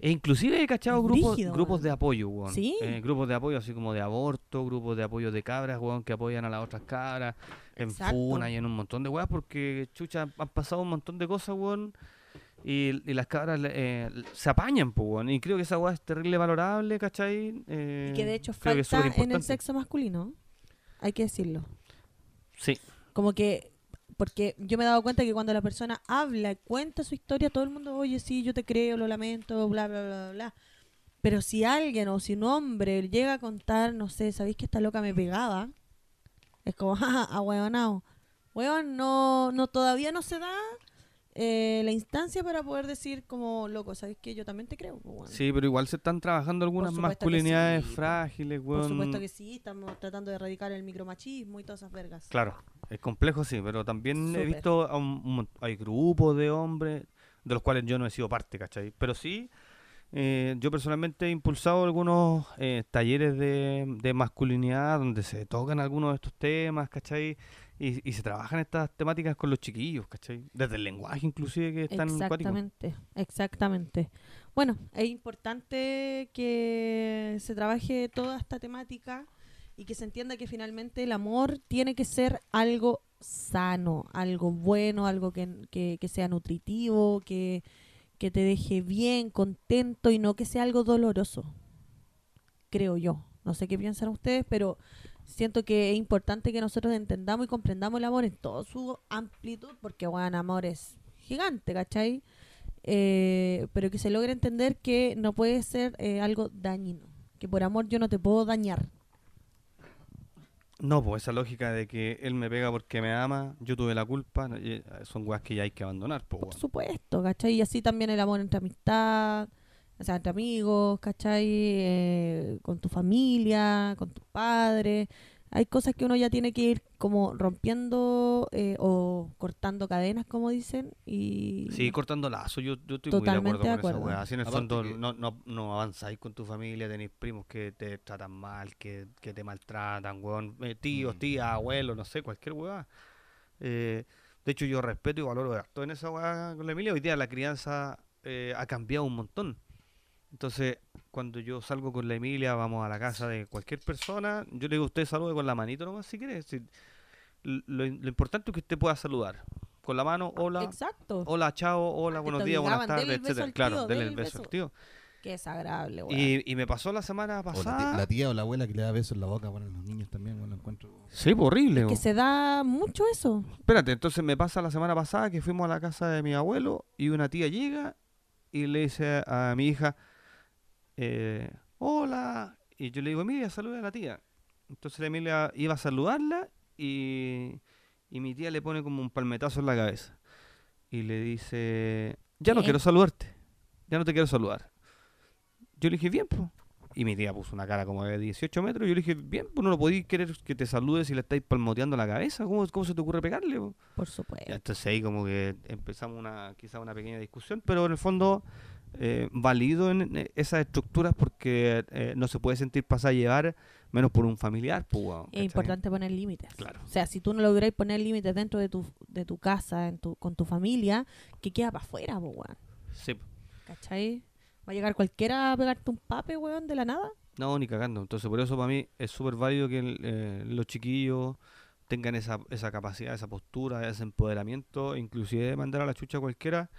e inclusive he cachado Es grupos, brígido, grupos weón. de apoyo, weón. Sí. Eh, grupos de apoyo así como de aborto, grupos de apoyo de cabras, weón, que apoyan a las otras cabras, en Exacto. funa y en un montón de weas, porque chucha, han pasado un montón de cosas, weón. Y, y las cabras le- eh, se apañan, pues, weón. Y creo que esa wea es terrible valorable, ¿cachai? y Eh, que de hecho creo que es falta en el superimportante. sexo masculino. Hay que decirlo. Sí, Como que, porque yo me he dado cuenta que cuando la persona habla, cuenta su historia, todo el mundo, oye, sí, yo te creo, lo lamento, bla, bla, bla, bla, bla. Pero si alguien o si un hombre llega a contar, no sé, ¿sabéis que esta loca me pegaba? Es como, jaja, ahueonao. Hueón, no, no, todavía no se da eh, la instancia para poder decir como, loco, ¿sabéis que yo también te creo? Pues po, hueón"? sí, pero igual se están trabajando algunas supuesto que sí, masculinidades po. frágiles, weón. Por supuesto que sí, estamos tratando de erradicar el micromachismo y todas esas vergas. Claro, es complejo, sí, pero también he Súper. visto a un- un mon- hay grupos de hombres de los cuales yo no he sido parte, ¿cachai? Pero sí, eh, yo personalmente he impulsado algunos eh, talleres de, de masculinidad donde se tocan algunos de estos temas, ¿cachai? Y, y se trabajan estas temáticas con los chiquillos, ¿cachai? Desde el lenguaje inclusive que están Exactamente, exactamente. Bueno, es importante que se trabaje toda esta temática y que se entienda que finalmente el amor tiene que ser algo sano, algo bueno, algo que, que- que sea nutritivo, que, que te deje bien, contento y no que sea algo doloroso, creo yo. No sé qué piensan ustedes, pero siento que es importante que nosotros entendamos y comprendamos el amor en toda su amplitud, porque, bueno, amor es gigante, ¿cachai? Eh, pero que se logre entender que no puede ser eh, algo dañino, que por amor yo no te puedo dañar. No, pues esa lógica de que él me pega porque me ama, yo tuve la culpa, no, y, eh, son weas que ya hay que abandonar, pues, Por weón. supuesto, ¿cachai? Y así también el amor entre amistad, o sea, entre amigos, ¿cachai? Eh, con tu familia, con tus padres. Hay cosas que uno ya tiene que ir como rompiendo eh, o cortando cadenas, como dicen. Y Sí, cortando lazo, yo, yo estoy muy Totalmente de de acuerdo con acuerdo. esa wea. Así en el Aparte fondo que- no, no, no avanzáis con tu familia, tenéis primos que te tratan mal, que, que te maltratan, weón. eh, tíos, Mm. tías, abuelos, no sé, cualquier weá. Eh, de hecho, yo respeto y valoro harto en esa weá con la Emilia. Hoy día la crianza eh, ha cambiado un montón. Entonces, cuando yo salgo con la Emilia, vamos a la casa de cualquier persona, yo le digo, usted salude con la manito nomás si quiere. si- lo, lo importante es que usted pueda saludar. Con la mano, hola, Exacto. hola, chao, hola, Antes buenos Ah, te días, buenas obligaban, tardes, dele el beso etcétera. al Claro, tío, dele dele el el beso al beso. tío. Qué desagradable, weón. Y, y me pasó la semana O la, ti- pasada. la tía o la abuela que le da besos en la boca, bueno, los niños también, bueno, encuentro. Sí, pues, horrible. Que po. se da mucho eso. Espérate, entonces me pasa la semana pasada que fuimos a la casa de mi abuelo y una tía llega y le dice a mi hija, eh, hola. Y yo le digo, Emilia, saluda a la tía. Entonces la Emilia iba a saludarla y, y mi tía le pone como un palmetazo en la cabeza. Y le dice, ya no ¿Qué? quiero saludarte, ya no te quiero saludar. Yo le dije, bien, pues. Y mi tía puso una cara como de 18 metros. Y yo le dije, bien, pues no lo podéis querer que te salude si le estáis palmoteando la cabeza. ¿Cómo, cómo se te ocurre pegarle? po?". Por supuesto. Ya, Entonces ahí como que empezamos una quizá una pequeña discusión, pero en el fondo eh, valido en eh, esas estructuras porque eh, no se puede sentir pasar a llevar menos por un familiar. Pues, weón, Es ¿cachai? importante poner límites. Claro. O sea, si tú no logras poner límites dentro de tu, de tu casa, en tu, con tu familia, que queda para afuera, po, weón. Sí. ¿Cachai? Va a llegar cualquiera a pegarte un pape, weón, de la nada. No, ni cagando. Entonces por eso para mí es súper válido que el, eh, los chiquillos tengan esa, esa capacidad, esa postura, ese empoderamiento, inclusive mandar a la chucha a cualquiera,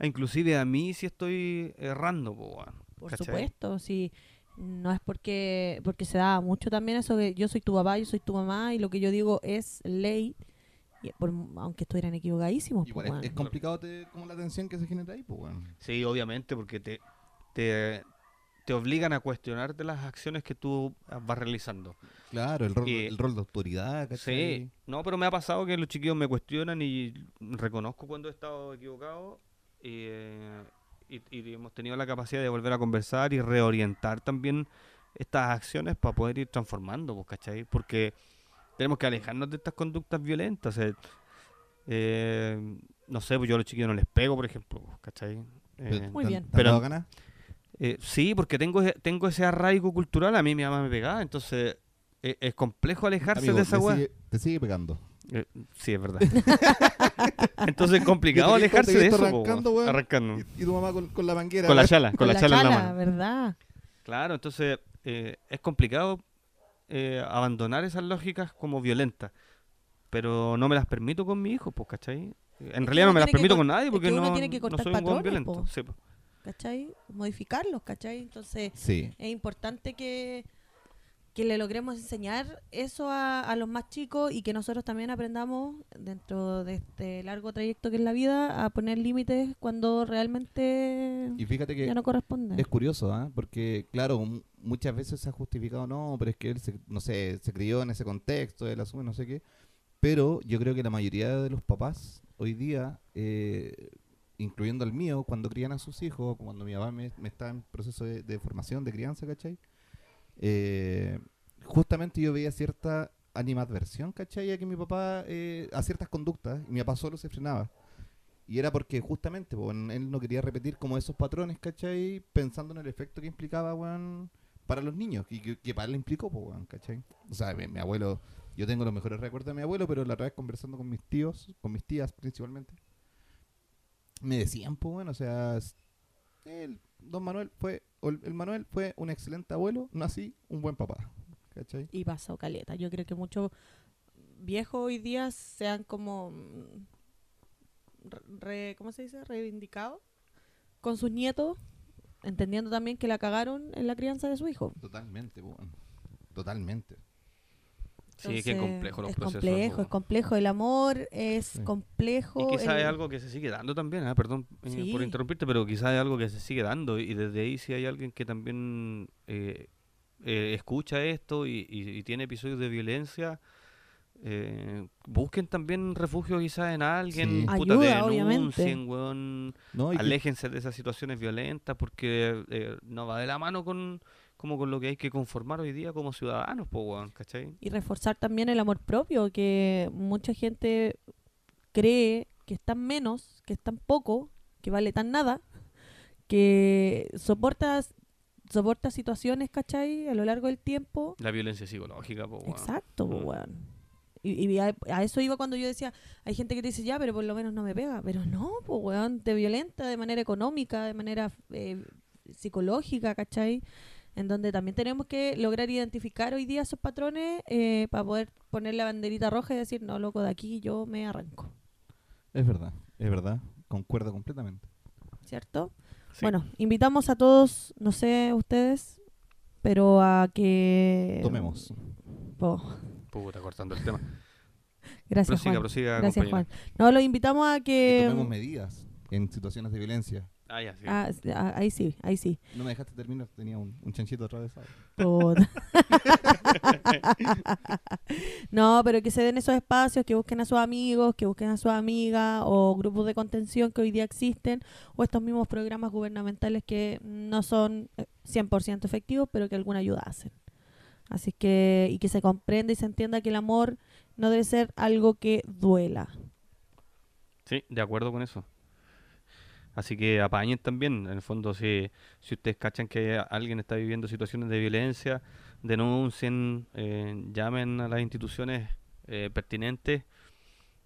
e inclusive a mí si estoy errando, po, weón. Por ¿Cachai? supuesto, sí. No es porque porque se da mucho también eso que yo soy tu papá, yo soy tu mamá y lo que yo digo es ley, y por- aunque estuvieran equivocadísimos. Oh, po, Igual es- weón. es, complicado te- como la tensión que se genera ahí, pues, bueno. Sí, obviamente, porque te, te, te obligan a cuestionarte las acciones que tú vas realizando. Claro, el rol, Y- el rol de autoridad, ¿cachai? Sí, no, pero me ha pasado que los chiquillos me cuestionan y reconozco cuando he estado equivocado y, eh, y- y hemos tenido la capacidad de volver a conversar y reorientar también estas acciones para poder ir transformando, pues, ¿cachai? Porque tenemos que alejarnos de estas conductas violentas. eh, eh, no sé, pues yo a los chiquillos no les pego, por ejemplo, pues, ¿cachai? Eh, Muy ¿te han- bien. te han Pero- dado ganas? eh, sí, porque tengo ese, tengo ese arraigo cultural. A mí mi mamá me pegaba, entonces eh, es complejo alejarse Amigo, de esa te weá. sigue- Te sigue pegando. Eh, sí, es verdad. entonces es complicado Yo te he visto- alejarse te he de visto eso. po, arrancando, weón. weón. Arrancando. Y, y tu mamá con, con la manguera. Mm. Con la weón. chala, con, la chala en la mano. ¿verdad? Claro, entonces eh, es complicado eh, abandonar esas lógicas como violentas. Pero no me las permito con mi hijo, pues, ¿cachai? En que realidad no uno me las tiene que permito cort- con nadie es porque que uno no, tiene que no cortar soy un weón patrones, violento. po. sí, po. ¿Cachai? Modificarlos, ¿cachai? Entonces, Sí. es importante que, que le logremos enseñar eso a, a los más chicos y que nosotros también aprendamos dentro de este largo trayecto que es la vida a poner límites cuando realmente Y fíjate que ya no corresponde. es curioso, ¿ah? Porque, claro, m- muchas veces se ha justificado, no, pero es que él, se, no sé, se crió en ese contexto, él asume, no sé qué. Pero yo creo que la mayoría de los papás hoy día, eh, incluyendo al mío, cuando crían a sus hijos, cuando mi papá me, me está en proceso de, de formación, de crianza, ¿cachai? Eh, justamente yo veía cierta animadversión, ¿cachai? A que mi papá, eh, a ciertas conductas, y mi papá solo se frenaba. Y era porque justamente, po, en- él no quería repetir como esos patrones, ¿cachai? Pensando en el efecto que implicaba, weón, para los niños, y que, que para él le implicó, po, weón, ¿cachai? O sea, mi, mi abuelo Yo tengo los mejores recuerdos de mi abuelo, pero la otra vez conversando con mis tíos, con mis tías principalmente, me decían, pues bueno, o sea, s- el don Manuel fue, o el el Manuel fue un excelente abuelo, no así, un buen papá. ¿Cachai? Y pasó caleta. Yo creo que muchos viejos hoy día sean como. mm, re- ¿Cómo se dice? Reivindicados con sus nietos, entendiendo también que la cagaron en la crianza de su hijo. Totalmente, pues, bueno. Totalmente. Sí, es que Entonces, es complejo los es procesos. complejo, po. es complejo. El amor es Sí. complejo. Y quizás el- es algo que se sigue dando también, ah, perdón eh, por Sí. interrumpirte, pero quizás es algo que se sigue dando y desde ahí si hay alguien que también eh, eh, escucha esto y, y- y tiene episodios de violencia, eh, busquen también refugio quizás en alguien, Sí. puta, Ayuda, obviamente. denuncien, weón, No, y que- aléjense de esas situaciones violentas porque eh, no va de la mano con como con lo que hay que conformar hoy día como ciudadanos, po, weón, ¿cachai? y reforzar también el amor propio, que mucha gente cree que es tan menos, que es tan poco, que vale tan nada, que soportas soporta situaciones, ¿cachai? A lo largo del tiempo. La violencia psicológica, po, weón. Exacto, po, Mm. weón. Y, y a, a eso iba cuando yo decía, hay gente que te dice, ya, pero por lo menos no me pega. Pero no, pues, weón, te violenta de manera económica, de manera eh, psicológica, ¿cachai? En donde también tenemos que lograr identificar hoy día esos patrones eh, para poder poner la banderita roja y decir, no, loco, de aquí yo me arranco, Es verdad, es verdad. Concuerdo completamente. ¿cierto? Sí. Bueno, invitamos a todos, no sé ustedes, pero a que... Tomemos. Po, Puta, cortando el tema. gracias, prosiga, Juan. prosiga, Gracias, compañera. Juan. No, los invitamos a Que que... tomemos medidas en situaciones de violencia. Ah, ya, sí. Ah, s- ah, ahí sí, ahí sí. No me dejaste terminar, tenía un, un chanchito atravesado. Puta. no, pero que se den esos espacios, que busquen a sus amigos, que busquen a sus amigas o grupos de contención que hoy día existen o estos mismos programas gubernamentales que no son eh, 100% efectivos, pero que alguna ayuda hacen. Así que, y que se comprenda y se entienda que el amor no debe ser algo que duela. Sí, de acuerdo con eso. Así que apañen también, en el fondo, si, si ustedes cachan que alguien está viviendo situaciones de violencia, denuncien, eh, llamen a las instituciones eh, pertinentes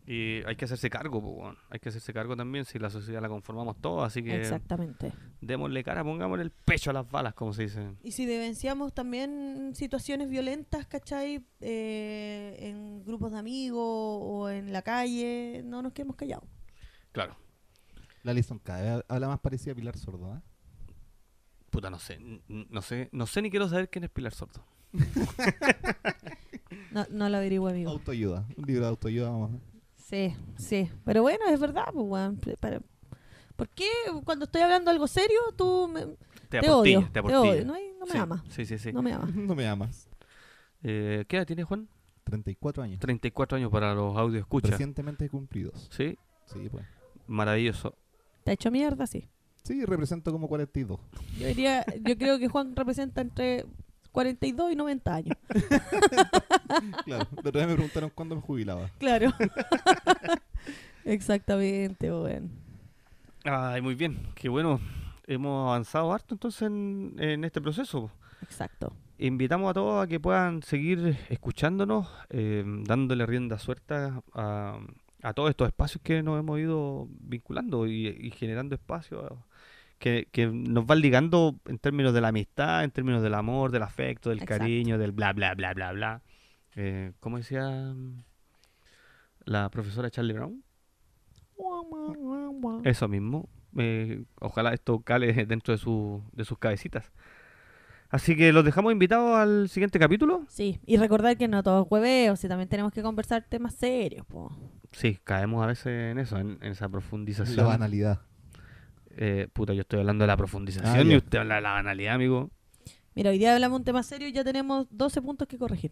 y hay que hacerse cargo, po, weón. hay que hacerse cargo también si la sociedad la conformamos todos, así que Exactamente. démosle cara, pongámosle el pecho a las balas, como se dice. Y si vivenciamos también situaciones violentas, ¿cachai? Eh, en grupos de amigos o en la calle, no nos quedemos callados. Claro, La Alison cada vez habla más parecida a Pilar Sordo, ¿ah? puta, no sé, n- n- no sé, no sé ni quiero saber quién es Pilar Sordo. No, no lo averigüe, amigo. Autoayuda, un libro de autoayuda, vamos. Sí, sí. Pero bueno, es verdad, pues, weón. P- para- ¿Por qué cuando estoy hablando algo serio tú me, te, aportillas, odio? Te, aportillas. odio. No, hay- no me Sí, amas. Sí, sí, sí. No me amas. No me amas. Eh, ¿Qué edad tiene Juan? 34 años. 34 años para los audio escucha. Recientemente cumplidos. Sí, Sí, pues. maravilloso. Te ha hecho mierda, sí. Sí, represento como 42. Yo, diría, yo creo que Juan representa entre 42 y 90 años. Claro. La otra vez me preguntaron cuándo me jubilaba. Claro. Exactamente, weón. Ay, muy bien, qué bueno. Hemos avanzado harto entonces en, en este proceso. Exacto. Invitamos a todos a que puedan seguir escuchándonos, eh, dándole rienda suelta a, a todos estos espacios que nos hemos ido vinculando y, y generando espacios que, que nos van ligando en términos de la amistad, en términos del amor, del afecto, del Exacto. cariño, del bla, bla, bla, bla, bla. Eh, ¿Cómo decía mm, la profesora Charlie Brown? Eso mismo. Eh, ojalá esto cale dentro de, su, de sus cabecitas. Así que los dejamos invitados al siguiente capítulo. Sí, y recordar que no todo es hueveo, si también tenemos que conversar temas serios, po. Sí, caemos a veces en eso, en, en esa profundización. La banalidad. Eh, puta, yo estoy hablando de la profundización Ah, y ya. usted habla de la banalidad, amigo. Mira, hoy día hablamos un tema serio y ya tenemos 12 puntos que corregir.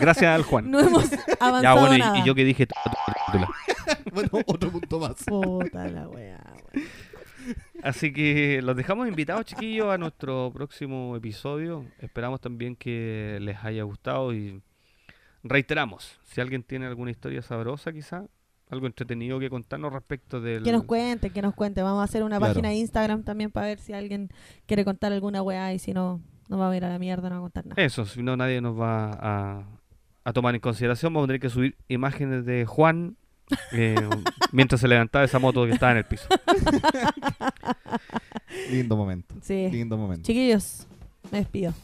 Gracias al Juan. No hemos avanzado ya, bueno, nada. y, y yo que dije... t- bueno, otro punto más. Puta la weá, weón. Así que los dejamos invitados, chiquillos, a nuestro próximo episodio. Esperamos también que les haya gustado y reiteramos, si alguien tiene alguna historia sabrosa quizá, algo entretenido que contarnos respecto del... Que nos cuente, que nos cuente. Vamos a hacer una Claro. página de Instagram también para ver si alguien quiere contar alguna weá y si no, no va a ir a la mierda, no va a contar nada. Eso, si no nadie nos va a, a tomar en consideración. Vamos a tener que subir imágenes de Juan eh, mientras se levantaba esa moto que estaba en el piso. Lindo momento. Sí. Lindo momento. Chiquillos, me despido.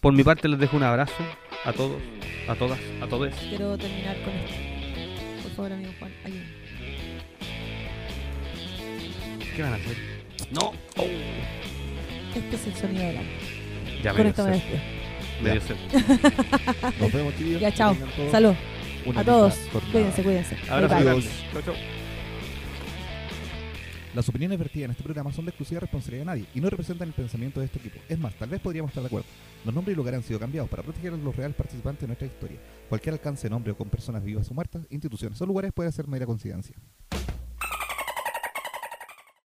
Por mi parte les dejo un abrazo a todos, a todas, a todos. Quiero terminar con esto. Por favor, amigo Juan, ayúdame. ¿Qué van a hacer? No. Oh, Este es el sonido del alma. ya me Con dio esto me sed, despido. me dio Ya. sed. Nos vemos, chiquillos. Ya, chao. Que tengan todos Salud. una A todos. linda jornada. Cuídense, cuídense. Bye, Abrazo bye. grande. Adiós. Chau, chau. Las opiniones vertidas en este programa son de exclusiva responsabilidad de nadie y no representan el pensamiento de este equipo. Es más, tal vez podríamos estar de acuerdo. Los nombres y lugares han sido cambiados para proteger a los reales participantes de nuestra historia. Cualquier alcance de nombre o con personas vivas o muertas, instituciones o lugares puede ser mera coincidencia.